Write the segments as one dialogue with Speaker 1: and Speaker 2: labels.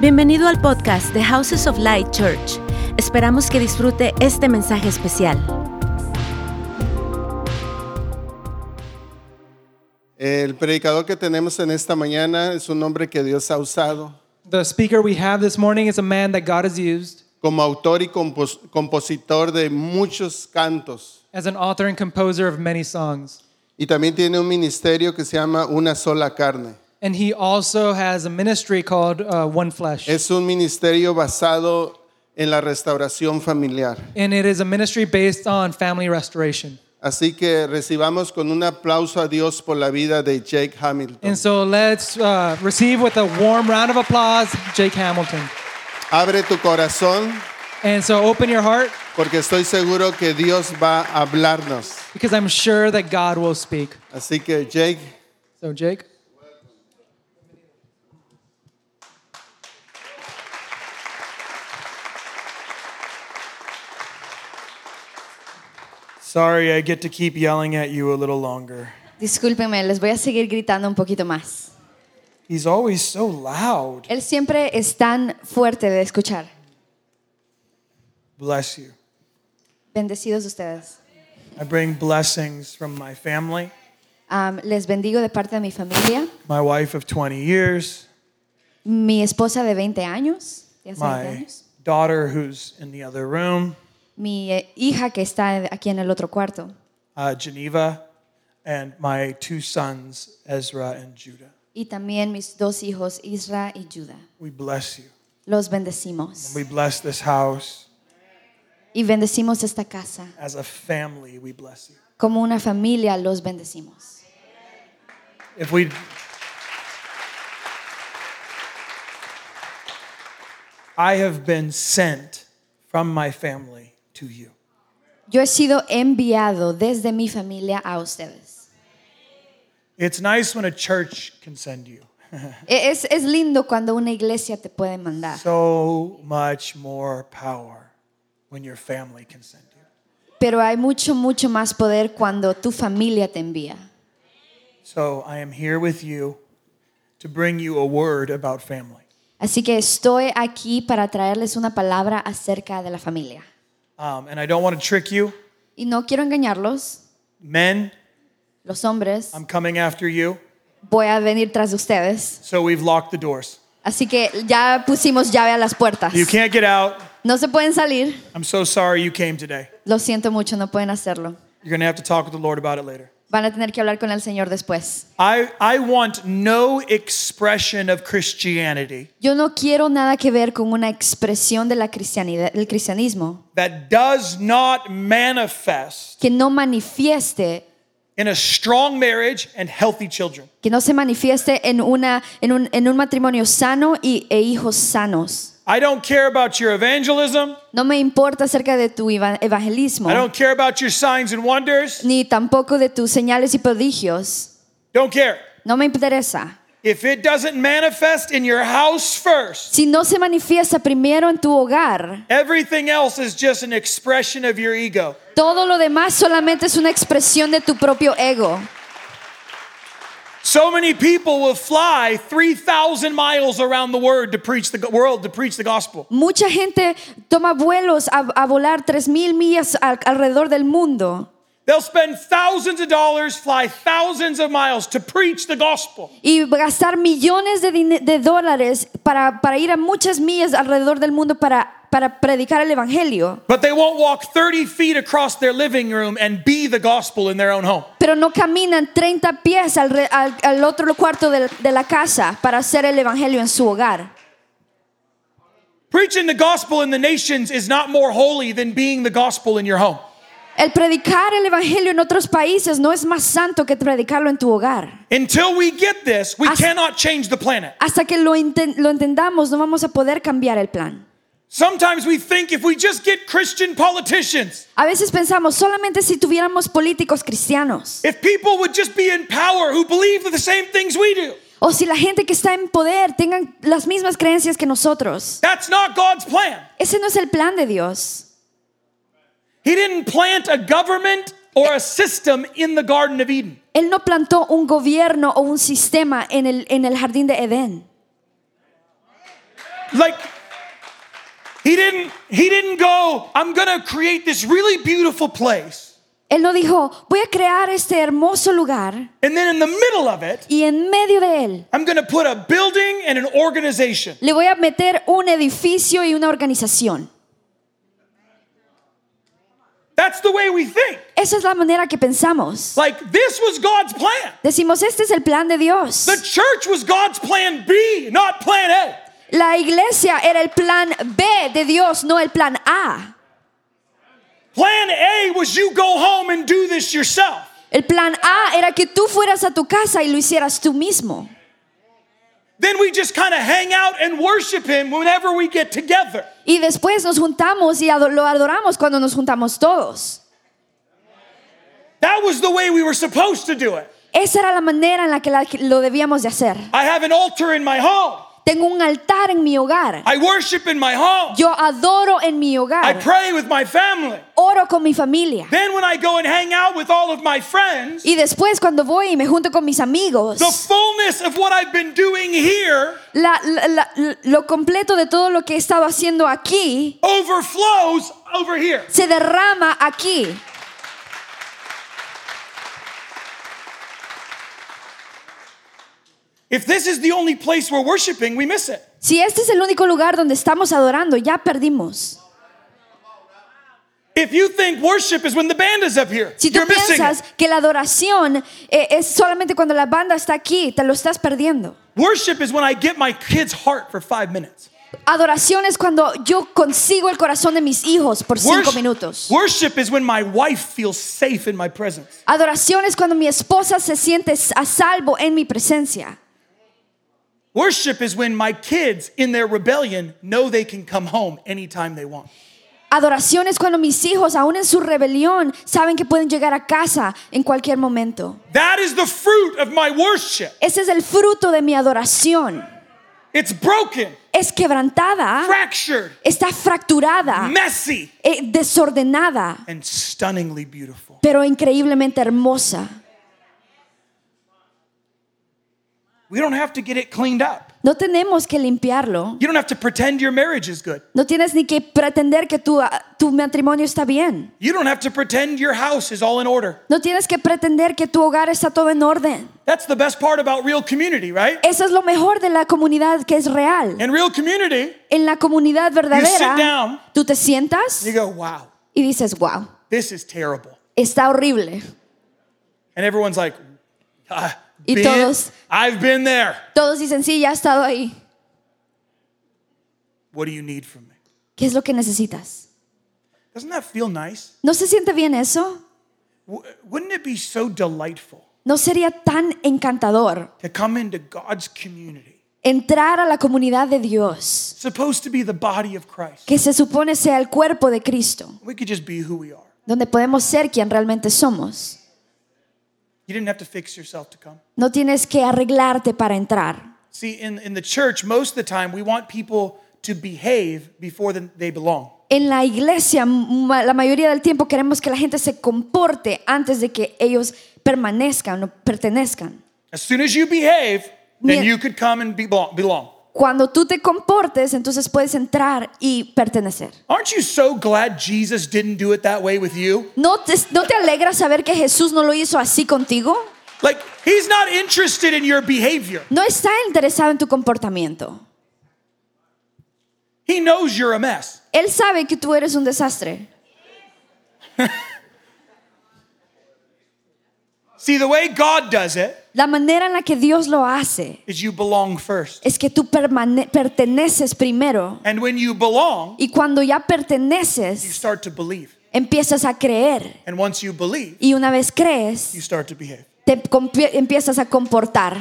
Speaker 1: Bienvenido al podcast de Houses of Light Church. Esperamos que disfrute este mensaje especial.
Speaker 2: El predicador que tenemos en esta mañana es un hombre que Dios ha usado
Speaker 3: The speaker we have this morning is a man that God has used
Speaker 2: como autor y compos- compositor de muchos cantos.
Speaker 3: as an author and composer of many songs.
Speaker 2: Y también tiene un ministerio que se llama Una sola carne.
Speaker 3: And he also has a ministry called uh, One Flesh.
Speaker 2: Es un ministerio basado en la restauración familiar.
Speaker 3: and it is a ministry based on family restoration.
Speaker 2: Así que recibamos con un aplauso a Dios por la vida de Jake Hamilton.
Speaker 3: And so let's uh, receive with a warm round of applause Jake Hamilton.
Speaker 2: Abre tu corazón
Speaker 3: And so open your heart
Speaker 2: porque estoy seguro que Dios va a hablarnos.
Speaker 3: because I'm sure that God will speak.
Speaker 2: Así que Jake,
Speaker 3: So, Jake.
Speaker 4: Sorry, I get to keep yelling at you a little longer.
Speaker 5: Discúlpenme, les voy a seguir gritando un poquito más.
Speaker 4: He's always so loud.
Speaker 5: Él siempre es tan fuerte de escuchar.
Speaker 4: Bless you.
Speaker 5: Bendecidos ustedes.
Speaker 4: I bring blessings from my family,
Speaker 5: Am, les bendigo de parte de mi familia,
Speaker 4: my wife of 20 years,
Speaker 5: mi esposa de 20 años, de hace 20
Speaker 4: my
Speaker 5: años,
Speaker 4: daughter who's in the other room,
Speaker 5: mi eh, hija que está aquí en el otro cuarto
Speaker 4: uh, Geneva, and my two sons, Ezra and Judah.
Speaker 5: y también mis dos hijos, Isra y Judah.
Speaker 4: We bless you.
Speaker 5: Los bendecimos
Speaker 4: We bless this house.
Speaker 5: y bendecimos esta casa.
Speaker 4: As a family, we bless you.
Speaker 5: Como una familia los bendecimos.
Speaker 4: If we I have been sent from my family to you.
Speaker 5: Yo he sido enviado desde mi familia a ustedes.
Speaker 4: It's nice when a church can send you.
Speaker 5: E- Es, es lindo cuando una iglesia te puede mandar.
Speaker 4: So much more power when your family can send you.
Speaker 5: Pero hay mucho, mucho más poder cuando tu familia te envía.
Speaker 4: So I am here with you to bring you a word about family.
Speaker 5: Así que estoy aquí para traerles una palabra acerca de la familia.
Speaker 4: Um, and I don't want to trick you.
Speaker 5: Y no quiero engañarlos,
Speaker 4: Men,
Speaker 5: los hombres,
Speaker 4: I'm coming after you.
Speaker 5: voy a venir tras de ustedes.
Speaker 4: So we've locked the doors.
Speaker 5: Así que ya pusimos llave a las puertas.
Speaker 4: You can't get out.
Speaker 5: No se pueden salir.
Speaker 4: I'm so sorry you came today.
Speaker 5: Lo siento mucho, no pueden hacerlo.
Speaker 4: You're going to have to talk with the Lord about it later.
Speaker 5: Van a tener que hablar con el Señor después.
Speaker 4: I, I want no expression of Christianity
Speaker 5: Yo no quiero nada que ver con una expresión de la cristianidad, del cristianismo
Speaker 4: that does not manifest
Speaker 5: que no manifieste
Speaker 4: in a strong marriage and healthy children.
Speaker 5: que no se manifieste en, una, en, un, en un matrimonio sano y, e hijos sanos.
Speaker 4: I don't care about your evangelism.
Speaker 5: No me importa acerca de tu eva- evangelismo,
Speaker 4: I don't care about your signs and wonders.
Speaker 5: ni tampoco de tus señales y prodigios.
Speaker 4: Don't care.
Speaker 5: No me interesa.
Speaker 4: If it doesn't manifest in your house first,
Speaker 5: Si no se manifiesta primero en tu hogar,
Speaker 4: everything else is just an expression of your ego.
Speaker 5: todo lo demás solamente es una expresión de tu propio ego.
Speaker 4: So many people will fly 3,000 miles around the word to preach the world to preach the gospel.
Speaker 5: Mucha gente toma vuelos a, a volar 3.000 millas al- alrededor del mundo
Speaker 4: They'll spend thousands of dollars, fly thousands of miles to preach the gospel.
Speaker 5: y gastar millones de, dine- de dólares para, para ir a muchas millas alrededor del mundo para, para predicar el Evangelio,
Speaker 4: But they won't walk 30 feet across their living room and be the gospel in their own home.
Speaker 5: pero no caminan 30 pies al, re- al- al otro cuarto de, de la casa para hacer el Evangelio en su hogar.
Speaker 4: Preaching the gospel in the nations is not more holy than being the gospel in your home.
Speaker 5: El predicar el Evangelio en otros países no es más santo que predicarlo en tu hogar.
Speaker 4: Until we get this, we
Speaker 5: As-
Speaker 4: cannot change the planet.
Speaker 5: Hasta que lo, enten- lo entendamos no vamos a poder cambiar el plan.
Speaker 4: Sometimes we think if we just get Christian politicians,
Speaker 5: A veces pensamos, solamente si tuviéramos políticos cristianos,
Speaker 4: if people would just be in power who believe the same things we do,
Speaker 5: o si la gente que está en poder tengan las mismas creencias que nosotros.
Speaker 4: that's not God's plan.
Speaker 5: Ese no es el plan de Dios.
Speaker 4: He didn't plant a government or a system in the Garden of Eden.
Speaker 5: Él no plantó un gobierno o un sistema en el, en el jardín de Edén.
Speaker 4: Like he didn't he didn't go, I'm going to create this really beautiful place.
Speaker 5: Él no dijo, voy a crear este hermoso lugar
Speaker 4: And then in the middle of it,
Speaker 5: y en medio de él
Speaker 4: I'm going to put a building and an organization.
Speaker 5: le voy a meter un edificio y una organización.
Speaker 4: That's the way we think.
Speaker 5: Esa es la manera que pensamos.
Speaker 4: Like this was God's plan.
Speaker 5: Decimos, este es el plan de Dios.
Speaker 4: The church was God's plan B, not plan A.
Speaker 5: La iglesia era el plan B de Dios, no el plan A.
Speaker 4: Plan A was you go home and do this yourself.
Speaker 5: El plan A era que tú fueras a tu casa y lo hicieras tú mismo.
Speaker 4: Then we just kind of hang out and worship him whenever we get together.
Speaker 5: Y después nos juntamos y ado- lo adoramos cuando nos juntamos todos.
Speaker 4: That was the way we were supposed to do it.
Speaker 5: Esa era la manera en la que la- lo debíamos de hacer.
Speaker 4: I have an altar in my home.
Speaker 5: Tengo un altar en mi hogar.
Speaker 4: I worship in my home.
Speaker 5: Yo adoro en mi
Speaker 4: I
Speaker 5: hogar.
Speaker 4: pray with my family.
Speaker 5: Oro con mi familia.
Speaker 4: Then when I go and hang out with all of my friends,
Speaker 5: Y después cuando voy y me junto con mis amigos,
Speaker 4: the fullness of what I've been doing here
Speaker 5: la- la- la- lo completo de todo lo que he estado haciendo aquí
Speaker 4: overflows over here.
Speaker 5: se derrama aquí.
Speaker 4: If this is the only place we're worshiping, we miss it.
Speaker 5: Si este es el único lugar donde estamos adorando, ya perdimos.
Speaker 4: If you think worship is when the band is up here,
Speaker 5: Si tú
Speaker 4: you're missing
Speaker 5: piensas
Speaker 4: it.
Speaker 5: que la adoración eh, es solamente cuando la banda está aquí, te lo estás perdiendo.
Speaker 4: Worship is when I get my kid's heart for five minutes.
Speaker 5: Adoración es cuando yo consigo el corazón de mis hijos por cinco minutos.
Speaker 4: worship is when my wife feels safe in my presence.
Speaker 5: Adoración es cuando mi esposa se siente a salvo en mi presencia.
Speaker 4: Worship is when my kids, in their rebellion, know they can come home anytime they want.
Speaker 5: Adoración es cuando mis hijos, aún en su rebelión, saben que pueden llegar a casa en cualquier momento.
Speaker 4: That is the fruit of my worship.
Speaker 5: Ese es el fruto de mi adoración.
Speaker 4: It's broken,
Speaker 5: Es quebrantada,
Speaker 4: fractured,
Speaker 5: está fracturada,
Speaker 4: messy,
Speaker 5: eh, desordenada,
Speaker 4: and stunningly beautiful.
Speaker 5: pero increíblemente hermosa.
Speaker 4: We don't have to get it cleaned up.
Speaker 5: No tenemos que limpiarlo.
Speaker 4: You don't have to pretend your marriage is good.
Speaker 5: No tienes ni que pretender que tu, ah, tu matrimonio está bien.
Speaker 4: You don't have to pretend your house is all in order.
Speaker 5: No tienes que pretender que tu hogar está todo en orden.
Speaker 4: That's the best part about real community, right?
Speaker 5: Eso es lo mejor de la comunidad que es real.
Speaker 4: In real community,
Speaker 5: En la comunidad
Speaker 4: sit down.
Speaker 5: verdadera, tú te sientas
Speaker 4: you go, wow,
Speaker 5: y dices, wow,
Speaker 4: this is terrible.
Speaker 5: está horrible.
Speaker 4: And everyone's like, "Ah,
Speaker 5: Y
Speaker 4: been-
Speaker 5: todos-
Speaker 4: I've been there.
Speaker 5: Todos dicen, sí, ya he estado ahí.
Speaker 4: What do you need from me?
Speaker 5: ¿Qué es lo que necesitas?
Speaker 4: Doesn't that feel nice?
Speaker 5: ¿No se siente bien eso?
Speaker 4: W- wouldn't it be so delightful
Speaker 5: ¿No sería tan encantador
Speaker 4: to come into God's community,
Speaker 5: entrar a la comunidad de Dios,
Speaker 4: supposed to be the body of Christ?
Speaker 5: que se supone sea el cuerpo de Cristo,
Speaker 4: We could just be who we are.
Speaker 5: donde podemos ser quien realmente somos?
Speaker 4: You didn't have to fix yourself to come.
Speaker 5: No tienes que arreglarte para entrar.
Speaker 4: See, in, in the church, most of the time, we want people to behave before the, they belong.
Speaker 5: En la iglesia, m- la mayoría del tiempo queremos que la gente se comporte antes de que ellos permanezcan o pertenezcan.
Speaker 4: As soon as you behave, then
Speaker 5: Mien-
Speaker 4: you could come and be belong, belong.
Speaker 5: Cuando tú te comportes, entonces puedes entrar y pertenecer.
Speaker 4: Aren't you so glad Jesus didn't do it that way with you?
Speaker 5: ¿No te, ¿No te alegra saber que Jesús no lo hizo así contigo?
Speaker 4: Like, he's not interested in your behavior.
Speaker 5: No está interesado en tu comportamiento.
Speaker 4: He knows you're a mess.
Speaker 5: Él sabe que tú eres un desastre.
Speaker 4: See, the way God does it
Speaker 5: La manera en la que Dios lo hace
Speaker 4: is you belong first.
Speaker 5: es que tú permane- perteneces primero.
Speaker 4: And when you belong,
Speaker 5: Y cuando ya
Speaker 4: you
Speaker 5: perteneces,
Speaker 4: start to believe.
Speaker 5: empiezas a creer.
Speaker 4: And once you believe,
Speaker 5: Y una vez crees,
Speaker 4: you start to behave.
Speaker 5: te compie- empiezas a comportar.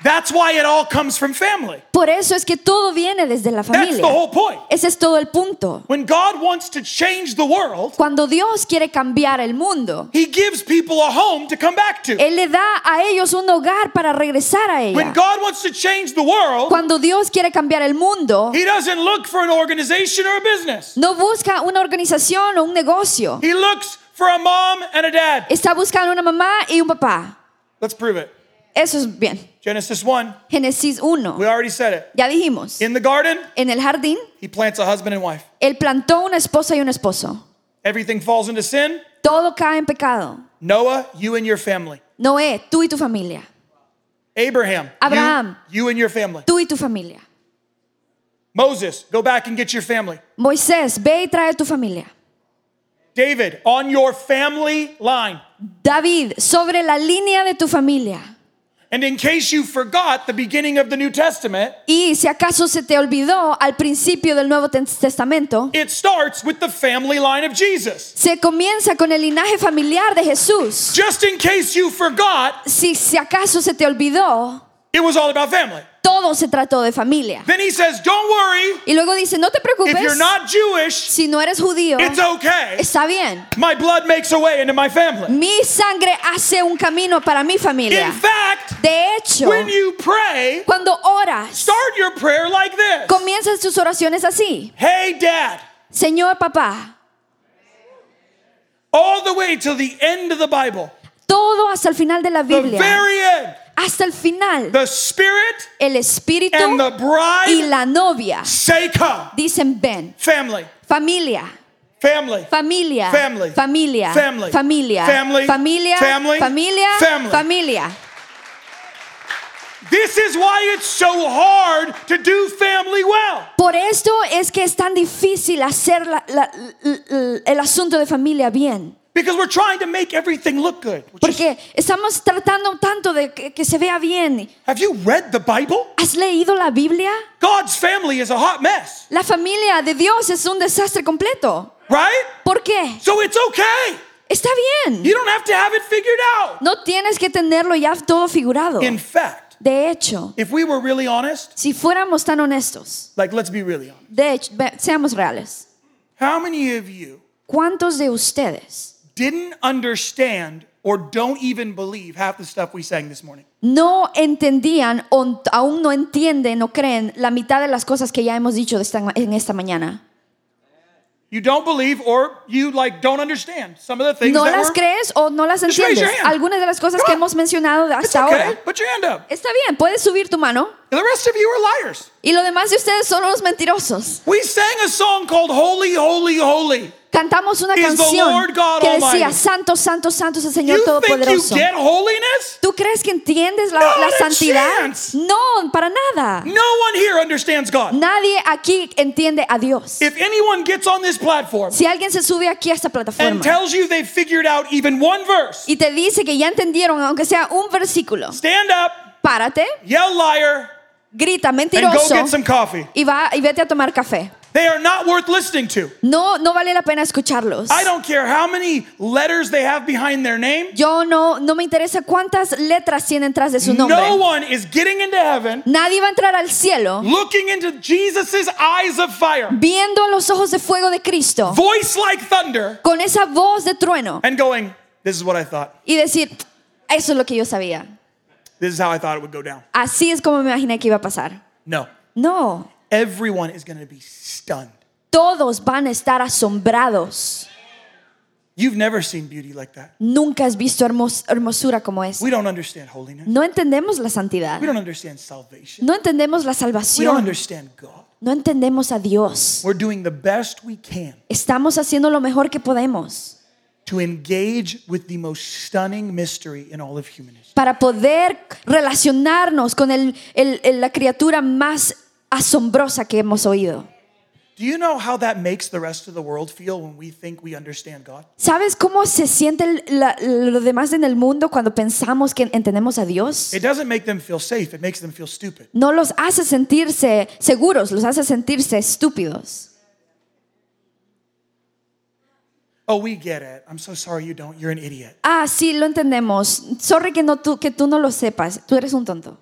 Speaker 4: That's why it all comes from family.
Speaker 5: Por eso es que todo viene desde la
Speaker 4: That's the
Speaker 5: familia.
Speaker 4: whole point.
Speaker 5: Ese es todo el punto.
Speaker 4: When God wants to change the world,
Speaker 5: Cuando Dios quiere cambiar el mundo,
Speaker 4: He gives people a home to come back to.
Speaker 5: Él le da a ellos un hogar para regresar a
Speaker 4: When
Speaker 5: ella.
Speaker 4: God wants to change the world,
Speaker 5: Cuando Dios quiere cambiar el mundo,
Speaker 4: He doesn't look for an organization or a business.
Speaker 5: no busca una organización o un negocio.
Speaker 4: He looks for a mom and a dad.
Speaker 5: Está buscando una mamá y un papá.
Speaker 4: Let's prove it.
Speaker 5: Eso es bien.
Speaker 4: Genesis 1,
Speaker 5: Génesis 1.
Speaker 4: we already said it.
Speaker 5: Ya dijimos.
Speaker 4: In the garden,
Speaker 5: En el jardín,
Speaker 4: he plants a husband and wife.
Speaker 5: él plantó una esposa y un esposo.
Speaker 4: Everything falls into sin.
Speaker 5: Todo cae en pecado.
Speaker 4: Noah, you and your family.
Speaker 5: Noé, tú y tu familia.
Speaker 4: Abraham,
Speaker 5: Abraham.
Speaker 4: You, you and your family.
Speaker 5: Tú y tu familia.
Speaker 4: Moses, go back and get your family.
Speaker 5: Moisés, ve y trae a tu familia.
Speaker 4: David, on your family line.
Speaker 5: David, sobre la línea de tu familia.
Speaker 4: And in case you forgot the beginning of the New Testament,
Speaker 5: Y si acaso se te olvidó al principio del Nuevo Ten- Testamento,
Speaker 4: it starts with the family line of Jesus.
Speaker 5: se comienza con el linaje familiar de Jesús.
Speaker 4: Just in case you forgot,
Speaker 5: Si, si acaso se te olvidó,
Speaker 4: it was all about family.
Speaker 5: todo se trató de familia.
Speaker 4: Then he says, Don't worry,
Speaker 5: Y luego dice, no te
Speaker 4: if you're
Speaker 5: preocupes,
Speaker 4: not Jewish,
Speaker 5: si no eres judío,
Speaker 4: it's okay.
Speaker 5: está bien.
Speaker 4: My blood makes a way into my family.
Speaker 5: Mi sangre hace un camino para mi
Speaker 4: In
Speaker 5: familia.
Speaker 4: fact,
Speaker 5: De hecho,
Speaker 4: when you pray,
Speaker 5: cuando oras,
Speaker 4: start your prayer like this
Speaker 5: comienzas tus oraciones así.
Speaker 4: Hey, Dad.
Speaker 5: Señor papá,
Speaker 4: All the way till the end of the Bible.
Speaker 5: todo hasta el final de la
Speaker 4: The
Speaker 5: Biblia,
Speaker 4: very end.
Speaker 5: hasta el final,
Speaker 4: The Spirit
Speaker 5: el espíritu
Speaker 4: and the
Speaker 5: y
Speaker 4: bride
Speaker 5: la novia
Speaker 4: say, Come.
Speaker 5: dicen ven.
Speaker 4: Family,
Speaker 5: Familia.
Speaker 4: family,
Speaker 5: Familia,
Speaker 4: Family.
Speaker 5: familia,
Speaker 4: Family.
Speaker 5: familia,
Speaker 4: Family.
Speaker 5: familia,
Speaker 4: Family.
Speaker 5: familia,
Speaker 4: Family.
Speaker 5: familia.
Speaker 4: This is why it's so hard to do family well.
Speaker 5: Por esto es que es tan difícil hacer la- la- l- l- el asunto de familia bien.
Speaker 4: Because we're trying to make everything look good. Which is-
Speaker 5: Porque estamos tratando tanto de que, que se vea bien.
Speaker 4: have you read the Bible?
Speaker 5: ¿Has leído la Biblia?
Speaker 4: God's family is a hot mess,
Speaker 5: La familia de Dios es un desastre completo.
Speaker 4: right?
Speaker 5: ¿Por qué?
Speaker 4: So it's okay.
Speaker 5: Está bien.
Speaker 4: You don't have to have it figured out.
Speaker 5: No tienes que tenerlo ya todo figurado.
Speaker 4: In fact,
Speaker 5: De hecho,
Speaker 4: if we were really honest,
Speaker 5: si fuéramos tan honestos,
Speaker 4: like let's be really honest,
Speaker 5: de hecho, ve- seamos reales.
Speaker 4: how many of you
Speaker 5: ¿Cuántos de ustedes
Speaker 4: didn't understand or don't even believe half the stuff we sang this morning?
Speaker 5: no entendían o n- aún no entienden o creen la mitad de las cosas que ya hemos dicho de esta ma- en esta mañana?
Speaker 4: You don't believe or you like don't understand some of the things
Speaker 5: ¿No
Speaker 4: that
Speaker 5: las
Speaker 4: were-
Speaker 5: crees o no las
Speaker 4: Just raise
Speaker 5: entiendes?
Speaker 4: your hand.
Speaker 5: Algunas de las cosas
Speaker 4: Come
Speaker 5: que
Speaker 4: on.
Speaker 5: hemos mencionado de
Speaker 4: It's
Speaker 5: hasta
Speaker 4: okay.
Speaker 5: ahora.
Speaker 4: Put your hand up.
Speaker 5: Está bien, puedes subir tu mano.
Speaker 4: The rest of you are liars.
Speaker 5: Y lo demás de ustedes son unos mentirosos.
Speaker 4: We sang a song called Holy, Holy, Holy.
Speaker 5: Cantamos una
Speaker 4: Is the
Speaker 5: canción
Speaker 4: Lord God
Speaker 5: que decía,
Speaker 4: Almighty?
Speaker 5: Santo, Santo, Santo es el Señor
Speaker 4: You think you
Speaker 5: Todopoderoso.
Speaker 4: get holiness?
Speaker 5: ¿Tú crees que entiendes la,
Speaker 4: Not
Speaker 5: la
Speaker 4: a
Speaker 5: santidad?
Speaker 4: chance.
Speaker 5: No, para nada.
Speaker 4: No one here understands God.
Speaker 5: Nadie aquí entiende a Dios.
Speaker 4: If anyone gets on this platform
Speaker 5: Si alguien se sube aquí a esta
Speaker 4: and
Speaker 5: plataforma
Speaker 4: tells you they've figured out even one verse,
Speaker 5: y te dice que ya entendieron, aunque sea un versículo,
Speaker 4: stand up,
Speaker 5: párate,
Speaker 4: yell liar,
Speaker 5: grita
Speaker 4: and go
Speaker 5: mentiroso
Speaker 4: get some coffee.
Speaker 5: y, va, y vete a tomar café.
Speaker 4: They are not worth listening to.
Speaker 5: No, no vale la pena escucharlos.
Speaker 4: I don't care how many letters they have behind their name.
Speaker 5: Yo no, no me interesa cuántas letras tienen tras de su nombre.
Speaker 4: No one is getting into heaven
Speaker 5: Nadie va a entrar al cielo
Speaker 4: looking into Jesus' eyes of fire,
Speaker 5: viendo a los ojos de fuego de Cristo,
Speaker 4: voice like thunder,
Speaker 5: con esa voz de trueno
Speaker 4: and going, This is what I thought.
Speaker 5: y decir, eso es lo que yo sabía.
Speaker 4: This is how I thought it would go down.
Speaker 5: Así es como me imaginé que iba a pasar.
Speaker 4: No.
Speaker 5: No,
Speaker 4: Everyone is going to be stunned.
Speaker 5: todos van a estar asombrados.
Speaker 4: You've never seen beauty like that.
Speaker 5: Nunca has visto hermos- hermosura como es.
Speaker 4: We don't understand holiness.
Speaker 5: No entendemos la santidad.
Speaker 4: We don't understand salvation.
Speaker 5: No entendemos la
Speaker 4: We don't
Speaker 5: salvación.
Speaker 4: understand God.
Speaker 5: No entendemos a Dios.
Speaker 4: We're doing the best we can
Speaker 5: Estamos haciendo lo mejor que podemos
Speaker 4: to engage with the most stunning mystery in all of human history.
Speaker 5: para poder relacionarnos con el- el- el- la criatura más asombrosa que hemos oído.
Speaker 4: Do you know how that makes the rest of the world feel when we think we understand God?
Speaker 5: ¿Sabes cómo se siente el- la- lo demás en el mundo cuando pensamos que entendemos a Dios?
Speaker 4: It doesn't make them feel safe, it makes them feel stupid.
Speaker 5: No los hace sentirse seguros, los hace sentirse estúpidos.
Speaker 4: Oh, we get it. I'm so sorry you don't. You're an idiot.
Speaker 5: Ah, sí, lo entendemos. Sorry que, no, tú, que tú no lo sepas. Tú eres un tonto.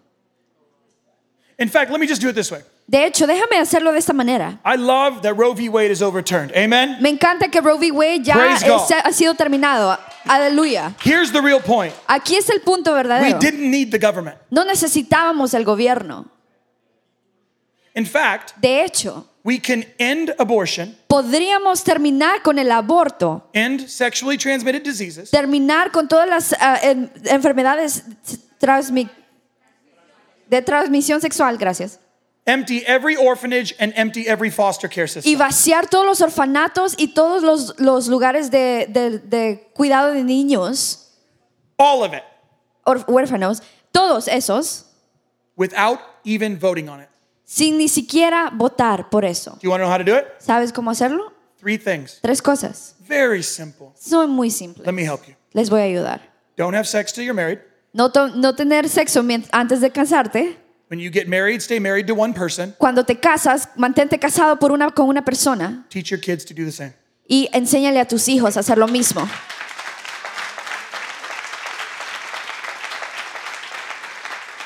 Speaker 4: In fact, let me just do it this way.
Speaker 5: De hecho, déjame hacerlo de esta manera.
Speaker 4: I love that Roe v. Wade is overturned. Amen?
Speaker 5: Me encanta que Roe v. Wade ya
Speaker 4: Praise God.
Speaker 5: es- ha sido terminado. Aleluya.
Speaker 4: Here's the real point
Speaker 5: Aquí está el punto
Speaker 4: we
Speaker 5: verdadero.
Speaker 4: didn't need the government.
Speaker 5: No necesitábamos el gobierno.
Speaker 4: In fact,
Speaker 5: De hecho,
Speaker 4: we can end abortion,
Speaker 5: podríamos terminar con el aborto
Speaker 4: end sexually transmitted diseases,
Speaker 5: terminar con todas las ah, en- enfermedades transmi- de transmisión sexual, gracias.
Speaker 4: empty every orphanage and empty every foster care system.
Speaker 5: Y vaciar todos los orfanatos y todos los, los lugares de, de- de cuidado de niños,
Speaker 4: All of it
Speaker 5: or- huérfanos, todos esos,
Speaker 4: without even voting on it.
Speaker 5: sin ni siquiera votar por eso.
Speaker 4: Do you want to know how to do it?
Speaker 5: ¿Sabes cómo hacerlo?
Speaker 4: Three things.
Speaker 5: Tres cosas.
Speaker 4: Very simple.
Speaker 5: Son muy
Speaker 4: Let
Speaker 5: simples.
Speaker 4: me help you.
Speaker 5: Les voy a ayudar.
Speaker 4: Don't have sex till you're married.
Speaker 5: No, to- no tener sexo mien- antes de casarte.
Speaker 4: When you get married, stay married to one person.
Speaker 5: Cuando te casas, mantente casado por una, con una persona
Speaker 4: Teach your kids to do the same.
Speaker 5: y enséñale a tus hijos a hacer lo mismo.